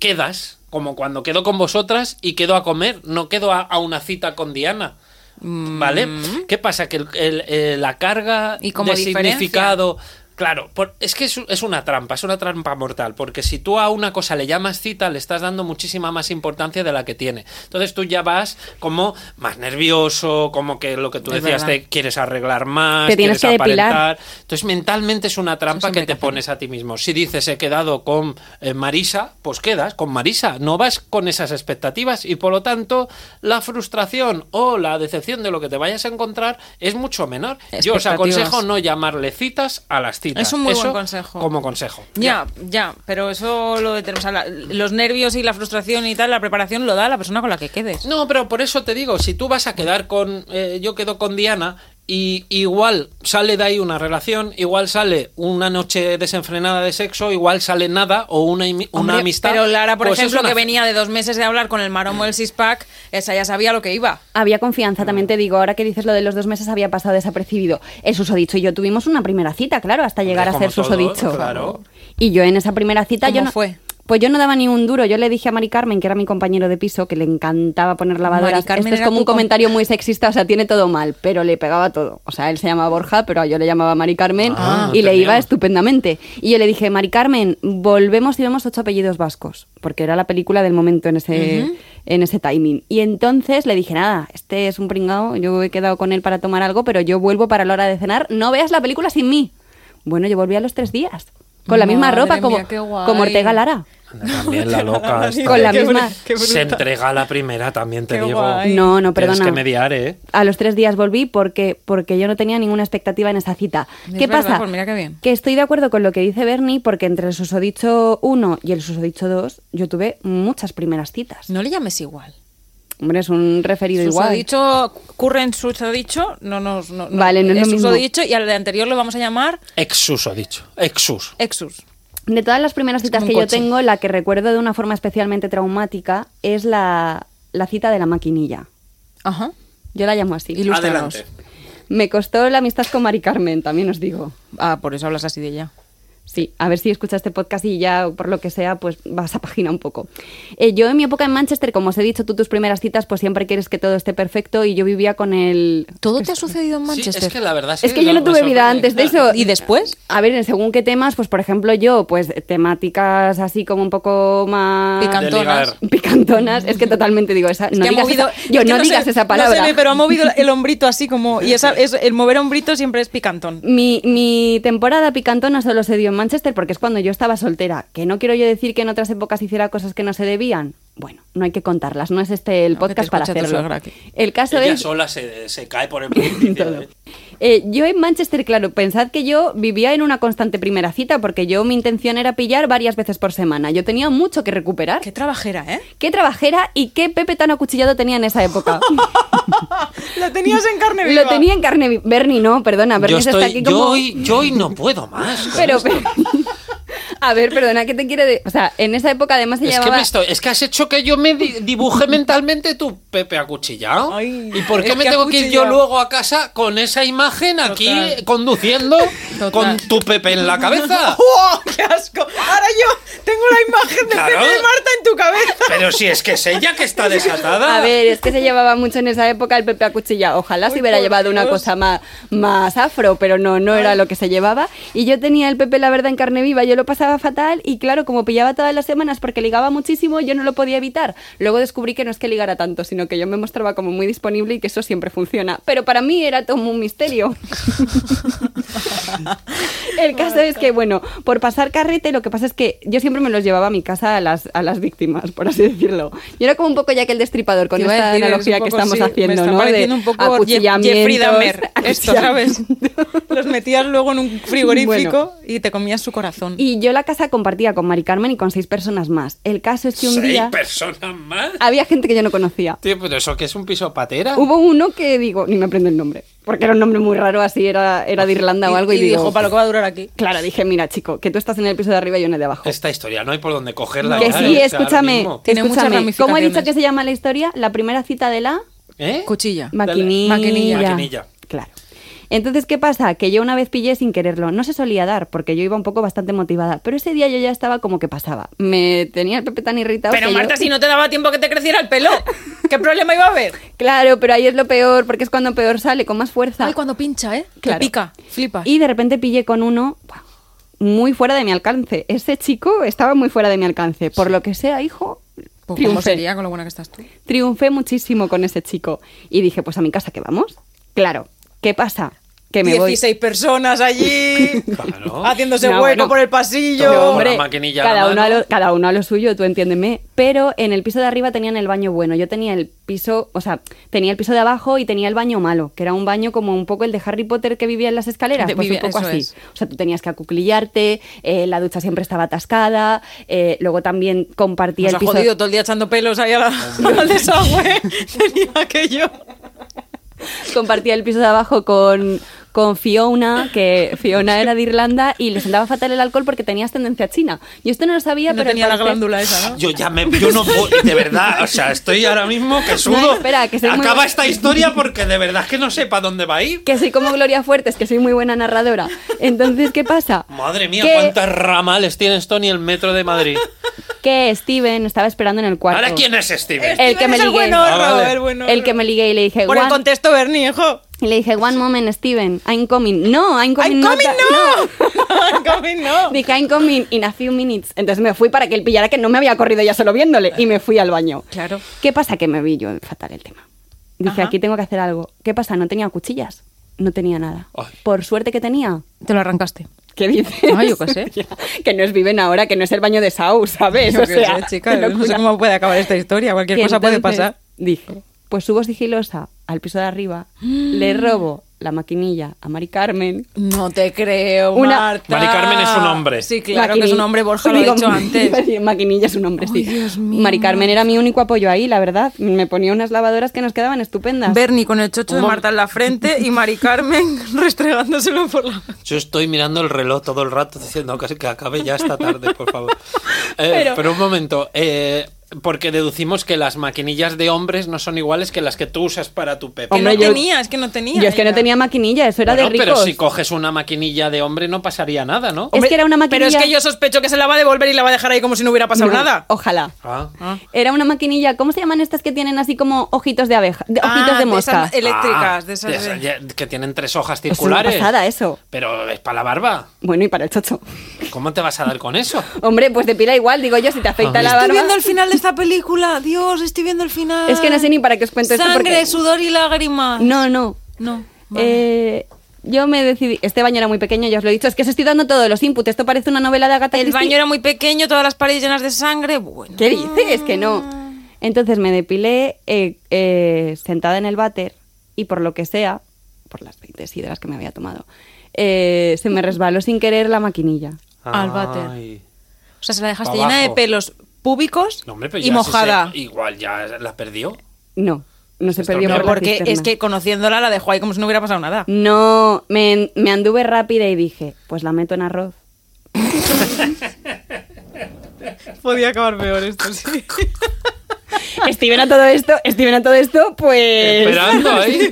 Speaker 2: Quedas, como cuando quedo con vosotras y quedo a comer, no quedo a, a una cita con Diana. ¿Vale? ¿Qué pasa? Que el- el- eh, la carga
Speaker 1: ¿Y cómo
Speaker 2: de
Speaker 1: diferencia?
Speaker 2: significado... Claro, por- es que es, es una trampa, es una trampa mortal, porque si tú a una cosa le llamas cita, le estás dando muchísima más importancia de la que tiene. Entonces tú ya vas como más nervioso, como que lo que tú
Speaker 1: Es
Speaker 2: decías
Speaker 1: verdad.
Speaker 2: te quieres arreglar más,
Speaker 4: Te tienes
Speaker 2: quieres
Speaker 4: que depilar.
Speaker 2: aparentar. Entonces mentalmente es una trampa que te pones a ti mismo. Si dices he quedado con eh, Marisa, pues quedas con Marisa, no vas con esas expectativas y por lo tanto la frustración o la decepción de lo que te vayas a encontrar es mucho menor. Yo os
Speaker 1: Expectativas.
Speaker 2: aconsejo no llamarle citas a las citas.
Speaker 1: Es un muy
Speaker 2: Eso
Speaker 1: buen consejo.
Speaker 2: Como consejo.
Speaker 1: Ya, ya, pero eso lo de, o sea, la- los nervios y la frustración y tal, la preparación lo da la persona con la que quedes.
Speaker 2: No, pero por eso te digo, si tú vas a quedar con, eh, yo quedo con Diana y igual sale de ahí una relación, igual sale una noche desenfrenada de sexo, igual sale nada o una, imi- una
Speaker 1: Hombre,
Speaker 2: amistad.
Speaker 1: Pero Lara, por
Speaker 2: pues es
Speaker 1: ejemplo,
Speaker 2: una-
Speaker 1: que venía de dos meses de hablar con el maromo del six-pack, esa ya sabía lo que iba.
Speaker 4: Había confianza, también te digo, ahora que dices lo de los dos meses había pasado desapercibido. El susodicho y yo tuvimos una primera cita, claro, hasta llegar
Speaker 2: como
Speaker 4: a ser
Speaker 2: todos,
Speaker 4: susodicho.
Speaker 2: claro.
Speaker 4: Y yo en esa primera cita
Speaker 1: ¿Cómo
Speaker 4: yo no,
Speaker 1: fue?
Speaker 4: Pues yo no daba ni un duro, yo le dije a Mari Carmen, que era mi compañero de piso, que le encantaba poner lavadoras.
Speaker 1: Mari Carmen
Speaker 4: Esto es
Speaker 1: era
Speaker 4: como
Speaker 1: tu
Speaker 4: un
Speaker 1: com-
Speaker 4: comentario muy sexista, o sea, tiene todo mal, pero le pegaba todo. O sea, él se llamaba Borja, pero yo le llamaba Mari Carmen
Speaker 2: Ah,
Speaker 4: y le iba
Speaker 2: entendíamos.
Speaker 4: estupendamente. Y yo le dije, Mari Carmen, volvemos y vemos ocho apellidos vascos, porque era la película del momento en ese, en ese timing. Y entonces le dije, nada, este es un pringao, yo he quedado con él para tomar algo, pero yo vuelvo para la hora de cenar, no veas la película sin mí. Bueno, yo volví a los tres días, con la misma
Speaker 1: Madre
Speaker 4: ropa,
Speaker 1: mía,
Speaker 4: como,
Speaker 1: qué guay.
Speaker 4: como Ortega Lara.
Speaker 2: Anda, También la loca. esta.
Speaker 4: Con la misma...
Speaker 2: Se entrega a la primera, también te
Speaker 1: Qué
Speaker 2: digo.
Speaker 1: guay.
Speaker 4: No, no, perdona.
Speaker 2: Tienes que mediar, ¿eh?
Speaker 4: A los tres días volví porque, porque yo no tenía ninguna expectativa en esa cita.
Speaker 1: Es
Speaker 4: ¿Qué
Speaker 1: verdad,
Speaker 4: pasa?
Speaker 1: pues mira qué bien.
Speaker 4: Que estoy de acuerdo con lo que dice Bernie porque entre el susodicho 1 y el susodicho 2 yo tuve muchas primeras citas.
Speaker 1: No le llames igual.
Speaker 4: Hombre, es un referido
Speaker 1: Sus
Speaker 4: igual.
Speaker 1: dicho, curren susodicho, no nos. No, no-
Speaker 4: Vale, no es lo mismo.
Speaker 1: susodicho y al de anterior lo vamos a llamar
Speaker 2: Exus, ha dicho. Exus.
Speaker 1: Exus.
Speaker 4: De todas las primeras citas
Speaker 1: como
Speaker 4: que
Speaker 1: un
Speaker 4: yo
Speaker 1: coche.
Speaker 4: tengo, la que recuerdo de una forma especialmente traumática es la, la cita de la maquinilla.
Speaker 1: Ajá.
Speaker 4: Yo la llamo así.
Speaker 1: Ilústranos.
Speaker 2: Adelante.
Speaker 4: Me costó la amistad con Mari Carmen, también os digo.
Speaker 1: Ah, por eso hablas así de ella.
Speaker 4: Sí, a ver si escuchas este podcast y ya, por lo que sea, pues vas a página un poco. Eh, yo en mi época en Manchester, como os he dicho, tú tus primeras citas, pues siempre quieres que todo esté perfecto y yo vivía con el...
Speaker 1: ¿Todo te ha sucedido en Manchester?
Speaker 2: Sí, es que la verdad sí,
Speaker 4: es que yo no
Speaker 2: me
Speaker 4: tuve vida
Speaker 2: sorprende.
Speaker 4: antes de eso.
Speaker 1: ¿Y después?
Speaker 4: A ver, según qué temas, pues por ejemplo yo, pues temáticas así como un poco más...
Speaker 2: De
Speaker 1: Cantonas.
Speaker 2: ligar.
Speaker 4: Picantonas. Es que totalmente digo esa...
Speaker 1: Es
Speaker 4: No
Speaker 1: que ha
Speaker 4: digas
Speaker 1: movido-
Speaker 4: esa- yo
Speaker 1: es que
Speaker 4: no,
Speaker 1: sé-
Speaker 4: digas esa palabra.
Speaker 1: No sé, pero ha movido el hombrito así como. Y esa, es- el mover hombrito siempre es picantón.
Speaker 4: Mi, mi temporada picantona solo se dio en Manchester porque es cuando yo estaba soltera. Que no quiero yo decir que en otras épocas hiciera cosas que no se debían. Bueno, no hay que contarlas, no es este el
Speaker 1: No, que te
Speaker 4: podcast para
Speaker 1: escuche tu
Speaker 4: hacerlo.
Speaker 1: suegra aquí.
Speaker 4: El caso
Speaker 2: Ella
Speaker 4: es...
Speaker 2: sola se, se cae por el precipicio. ¿eh?
Speaker 4: Eh, yo en Manchester, claro, pensad que yo vivía en una constante primera cita porque yo mi intención era pillar varias veces por semana. Yo tenía mucho que recuperar.
Speaker 1: Qué trabajera, ¿eh?
Speaker 4: ¿Qué trabajera y qué Pepe tan acuchillado tenía en esa época?
Speaker 1: Lo tenías en carne viva.
Speaker 4: Lo tenía en carne... vi- Bernie no, perdona,
Speaker 2: Yo,
Speaker 4: Bernie se está
Speaker 2: estoy,
Speaker 4: aquí
Speaker 2: yo,
Speaker 4: como...
Speaker 2: hoy, yo hoy no puedo más. con
Speaker 4: Pero,
Speaker 2: esto.
Speaker 4: pero- a ver, perdona, ¿qué te quiere decir? O sea, en esa época además se
Speaker 2: Es que,
Speaker 4: llamaba...
Speaker 2: me estoy- es que has hecho que yo me di- dibuje mentalmente tu Pepe acuchillado.
Speaker 1: Ay,
Speaker 2: ¿Y por qué
Speaker 1: es
Speaker 2: me
Speaker 1: que
Speaker 2: tengo que ir yo
Speaker 1: acuchillado.
Speaker 2: luego a casa con esa imagen aquí
Speaker 1: Total.
Speaker 2: conduciendo? con tu Pepe en la cabeza.
Speaker 1: ¡Oh, ¡Qué asco! Ahora yo tengo la imagen de
Speaker 2: Claro.
Speaker 1: Pepe de Marta en tu cabeza.
Speaker 2: Pero si es que es ella que está desatada.
Speaker 4: A ver, es que se llevaba mucho en esa época el Pepe acuchillado. Ojalá se hubiera
Speaker 1: por
Speaker 4: llevado una
Speaker 1: Dios.
Speaker 4: cosa más, más afro, pero no, no era lo que se llevaba. Y yo tenía el Pepe, la verdad, en carne viva. Yo lo pasaba fatal y, claro, como pillaba todas las semanas porque ligaba muchísimo, yo no lo podía evitar. Luego descubrí que no es que ligara tanto, sino que yo me mostraba como muy disponible y que eso siempre funciona. Pero para mí era todo un misterio. El caso es que, bueno, por pasar carrete, lo que pasa es que yo siempre me los llevaba a mi casa a las, a las víctimas, por así decirlo. Yo era como un poco ya que el destripador con
Speaker 1: Te iba a
Speaker 4: esta
Speaker 1: decir, eres
Speaker 4: analogía
Speaker 1: un
Speaker 4: que
Speaker 1: poco,
Speaker 4: estamos
Speaker 1: sí,
Speaker 4: haciendo,
Speaker 1: me está
Speaker 4: ¿no?
Speaker 1: pareciendo
Speaker 4: De
Speaker 1: un poco Jeff- Jeffrey Dahmer, esto, ¿sabes?
Speaker 4: acuchillamientos.
Speaker 1: Los metías luego en un frigorífico y te comías su corazón.
Speaker 4: Y yo la casa compartía con Mari Carmen y con seis personas más. El caso es que un
Speaker 2: Seis
Speaker 4: día
Speaker 2: personas más.
Speaker 4: había gente que yo no conocía.
Speaker 2: Tío, pero eso que es un piso
Speaker 1: Ah.
Speaker 2: patera.
Speaker 4: Hubo uno que digo, ni me aprendo el nombre, porque era un nombre muy raro, así era, era de Irlanda o algo. Y,
Speaker 1: y dijo,
Speaker 4: digo,
Speaker 1: para lo que va a durar aquí.
Speaker 4: Claro, dije, mira, chico, que tú estás en el piso de arriba y yo en el de abajo.
Speaker 2: Esta historia no hay por dónde cogerla.
Speaker 4: que
Speaker 2: ya,
Speaker 4: sí,
Speaker 2: ¿eh? O sea, ahora
Speaker 4: escúchame.
Speaker 2: mismo.
Speaker 1: Tiene muchas
Speaker 4: escúchame. ¿Cómo he dicho
Speaker 1: ramificaciones.
Speaker 4: que se llama la historia? La primera cita de la
Speaker 2: ¿Eh?
Speaker 1: Cuchilla.
Speaker 4: maquinilla.
Speaker 1: Maquinilla.
Speaker 2: Maquinilla.
Speaker 4: Claro. Entonces, ¿qué pasa? Que yo una vez pillé sin quererlo. No se solía dar, porque yo iba un poco bastante motivada. Pero ese día yo ya estaba como que pasaba. Me tenía el Pepe tan irritado.
Speaker 1: Pero
Speaker 4: que yo-
Speaker 1: Marta, si no te daba tiempo que te creciera el pelo, ¿qué problema iba a haber?
Speaker 4: Claro, pero ahí es lo peor, porque es cuando peor sale, con más fuerza.
Speaker 5: Ay, cuando pincha, ¿eh?
Speaker 4: Claro.
Speaker 5: Que pica, flipa.
Speaker 4: Y de repente pillé con uno ¡buah! muy fuera de mi alcance. Ese chico estaba muy fuera de mi alcance. Por lo que sea, hijo.
Speaker 5: Pues, ¿Cómo
Speaker 4: triunfé.
Speaker 5: sería con lo buena que estás tú?
Speaker 4: Triunfé muchísimo con ese chico. Y dije, pues a mi casa que vamos. Claro. ¿Qué pasa? Que me voy.
Speaker 1: 16 personas allí,
Speaker 2: Claro.
Speaker 1: haciéndose
Speaker 4: No,
Speaker 1: hueco
Speaker 4: bueno.
Speaker 1: por el
Speaker 2: No,
Speaker 1: pasillo.
Speaker 2: hombre. Con la maquinilla a la
Speaker 4: cada, uno a
Speaker 2: mano.
Speaker 4: lo, cada uno a lo suyo, tú entiéndeme. Pero en el piso de arriba tenían el baño bueno. Yo tenía el piso, o sea, tenía el piso de abajo y tenía el baño malo, que era un baño como un poco el de Harry Potter que vivía en las escaleras.
Speaker 5: De-
Speaker 4: pues
Speaker 5: vivía-
Speaker 4: un poco
Speaker 5: eso
Speaker 4: así.
Speaker 5: es.
Speaker 4: O sea, tú tenías que acuclillarte, eh, la ducha siempre estaba atascada, eh, luego también compartía
Speaker 1: Nos
Speaker 4: el
Speaker 1: ha
Speaker 4: piso.
Speaker 1: jodido todo el día echando pelos ahí a la- al desagüe. Tenía aquello.
Speaker 4: compartía el piso de abajo con, con Fiona, que Fiona era de Irlanda y le sentaba fatal el alcohol porque tenías tendencia china. Yo esto no lo sabía,
Speaker 1: No
Speaker 4: pero al
Speaker 1: tenía la
Speaker 4: parecer-
Speaker 1: glándula esa, ¿no?
Speaker 2: Yo ya me. Yo no puedo. De verdad, o sea, estoy ahora mismo que sudo.
Speaker 4: No, espera, que soy muy-
Speaker 2: Acaba esta historia porque de verdad que no sé para dónde va a ir.
Speaker 4: que soy como Gloria Fuertes, que soy muy buena narradora. Entonces, ¿qué pasa?
Speaker 2: Madre mía,
Speaker 4: que,
Speaker 2: cuántas ramales tiene esto ni el metro de Madrid.
Speaker 4: Que Steven estaba esperando en el cuarto.
Speaker 2: Ahora, ¿quién es Steven?
Speaker 4: El que me
Speaker 1: Es el
Speaker 4: ligué.
Speaker 1: buen horro,
Speaker 2: Ah, vale.
Speaker 1: el buen horro.
Speaker 4: El que me ligué y le dije,
Speaker 1: Por el
Speaker 4: "One-"
Speaker 1: contexto, Bernie, hijo.
Speaker 4: y le dije, one moment, Steven, I'm coming. No, I'm coming,
Speaker 1: ¡I'm
Speaker 4: no,
Speaker 1: coming,
Speaker 4: ta-
Speaker 1: no! ¡I'm coming, no!
Speaker 4: Dije, I'm coming in a few minutes. Entonces me fui para que él pillara que no me había corrido ya solo viéndole y me fui al baño.
Speaker 1: Claro.
Speaker 4: ¿Qué pasa? Que me vi yo fatal el tema. Dije, aquí tengo que hacer algo. ¿Qué pasa? No tenía cuchillas. No tenía nada.
Speaker 2: Ay.
Speaker 4: Por suerte que tenía,
Speaker 5: Te lo arrancaste.
Speaker 4: ¿Qué dices?
Speaker 5: Ah, yo qué sé.
Speaker 4: que no es viven ahora, que no es el baño de Sau, ¿sabes?
Speaker 1: Yo
Speaker 4: o
Speaker 1: qué
Speaker 4: sea,
Speaker 1: sé, chica,
Speaker 4: qué
Speaker 1: yo no sé
Speaker 4: locura.
Speaker 1: cómo puede acabar esta historia. Cualquier
Speaker 4: Que
Speaker 1: cosa puede
Speaker 4: entonces
Speaker 1: pasar.
Speaker 4: Dije, pues subo sigilosa al piso de arriba, le robo la maquinilla a Mari Carmen.
Speaker 1: No te creo,
Speaker 4: Una-
Speaker 1: Marta.
Speaker 2: Mari Carmen es un hombre.
Speaker 1: Sí, claro
Speaker 4: Maquini-
Speaker 1: que es un hombre, Borja lo
Speaker 4: Digo,
Speaker 1: ha dicho antes.
Speaker 4: Maquinilla es un hombre, sí. Mari Carmen era mi único apoyo ahí, la verdad. Me ponía unas lavadoras que nos quedaban estupendas.
Speaker 1: Bernie con el chocho de Marta en la frente y Mari Carmen restregándoselo por la...
Speaker 2: Yo estoy mirando el reloj todo el rato diciendo que, que acabe ya esta tarde, por favor. Eh, pero... un momento, eh, porque deducimos que las maquinillas de hombres no son iguales que las que tú usas para tu Pepe.
Speaker 1: Que
Speaker 4: Hombre,
Speaker 1: no
Speaker 4: yo-
Speaker 1: tenía, es que no tenía.
Speaker 4: Yo es que no
Speaker 1: ella.
Speaker 4: tenía maquinilla, eso era
Speaker 2: Bueno,
Speaker 4: de ricos.
Speaker 2: pero si coges una maquinilla de hombre no pasaría nada, ¿no?
Speaker 1: Oh.
Speaker 4: Es que era una
Speaker 1: Pero
Speaker 4: maquinilla...
Speaker 1: es que yo sospecho que se la va a devolver y la va a dejar ahí como si no hubiera pasado
Speaker 4: No,
Speaker 1: nada.
Speaker 4: Ojalá.
Speaker 2: Ah.
Speaker 4: Era una maquinilla, ¿cómo se llaman estas que tienen así como ojitos de abeja, de-
Speaker 1: Ah,
Speaker 4: ojitos de mosca?
Speaker 1: esas eléctricas,
Speaker 2: Ah,
Speaker 1: de esas. de-
Speaker 2: ya- que tienen tres hojas
Speaker 4: Es una
Speaker 2: circulares.
Speaker 4: pasada eso.
Speaker 2: Pero es para la barba.
Speaker 4: Bueno, y para el chocho.
Speaker 2: ¿Cómo te vas a dar con eso?
Speaker 4: Hombre, pues depila igual, digo yo, si te afecta la
Speaker 1: Estoy
Speaker 4: barba.
Speaker 1: viendo el final de esta película. Dios, estoy viendo el final.
Speaker 4: Es que no sé ni para qué os cuento esto
Speaker 1: Sangre,
Speaker 4: porque-
Speaker 1: sudor y lágrimas.
Speaker 4: No, no.
Speaker 1: No.
Speaker 4: Eh, yo me decidí. Este baño era muy pequeño, ya os lo he dicho. Es que os estoy dando todos los inputs. Esto parece una novela de Agatha
Speaker 1: El
Speaker 4: Christie.
Speaker 1: baño era muy pequeño, todas las paredes llenas de sangre. Bueno.
Speaker 4: ¿Qué dices? Que no.
Speaker 1: Ah.
Speaker 4: Entonces me depilé eh, eh, sentada en el váter y por lo que sea, por las 20 sidras que me había tomado, eh, se me resbaló sin querer la maquinilla.
Speaker 5: Al váter.
Speaker 2: Ay.
Speaker 1: O sea, se la dejaste
Speaker 2: Abajo.
Speaker 1: llena de pelos púbicos
Speaker 2: No, hombre, pero
Speaker 1: y
Speaker 2: ya si
Speaker 1: mojada.
Speaker 2: se- igual ya la perdió.
Speaker 4: No, no se
Speaker 2: Esto
Speaker 4: perdió
Speaker 2: no,
Speaker 4: por
Speaker 1: Pero
Speaker 4: la
Speaker 1: porque es
Speaker 4: cisterna.
Speaker 1: que conociéndola la dejó ahí como si no hubiera pasado nada.
Speaker 4: No, me, me anduve rápida y dije, pues la meto en arroz.
Speaker 1: Podía acabar peor esto, sí. Eh,
Speaker 4: Steven a todo esto, Steven a todo esto, pues...
Speaker 2: ¿eh? Esperando ahí.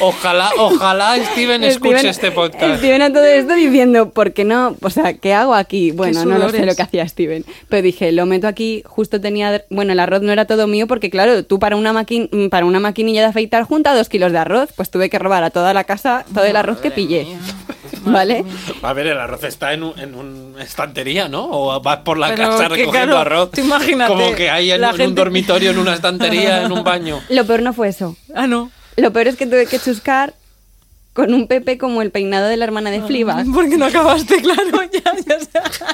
Speaker 2: Ojalá, ojalá Steven escuche
Speaker 4: Steven-
Speaker 2: este podcast.
Speaker 4: Steven a todo esto diciendo, ¿por qué no? O sea, ¿qué hago aquí? Bueno, no lo sé
Speaker 1: sudores.
Speaker 4: lo que hacía Steven. Pero dije, lo meto aquí, justo tenía... Bueno, el arroz no era todo mío porque, claro, tú para una, maqui- mm, para una maquinilla de afeitar junta dos kilos de arroz, pues tuve que robar a toda la casa todo el arroz que pillé. ¿Vale?
Speaker 2: A ver, el arroz está en un- en una estantería, ¿no? O vas por la
Speaker 1: Pero
Speaker 2: casa
Speaker 1: que,
Speaker 2: recogiendo
Speaker 1: claro,
Speaker 2: arroz.
Speaker 1: tú imagínate,
Speaker 2: Como que hay en,
Speaker 1: la
Speaker 2: un- en un
Speaker 1: gente-
Speaker 2: dormitorio, en una estantería, en un baño.
Speaker 4: Lo peor no fue eso.
Speaker 1: Ah, no.
Speaker 4: Lo peor es que tuve que chuscar con un Pepe como el peinado de la hermana de Fleabag.
Speaker 1: Porque no acabaste, claro, ya, ya sé.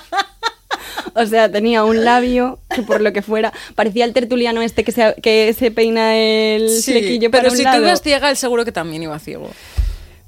Speaker 4: O sea, tenía un labio que por lo que fuera parecía el tertuliano este que se, que se peina el
Speaker 1: Sí,
Speaker 4: flequillo para
Speaker 1: pero
Speaker 4: un
Speaker 1: si
Speaker 4: lado.
Speaker 1: tú ibas ciega, él seguro que también iba ciego.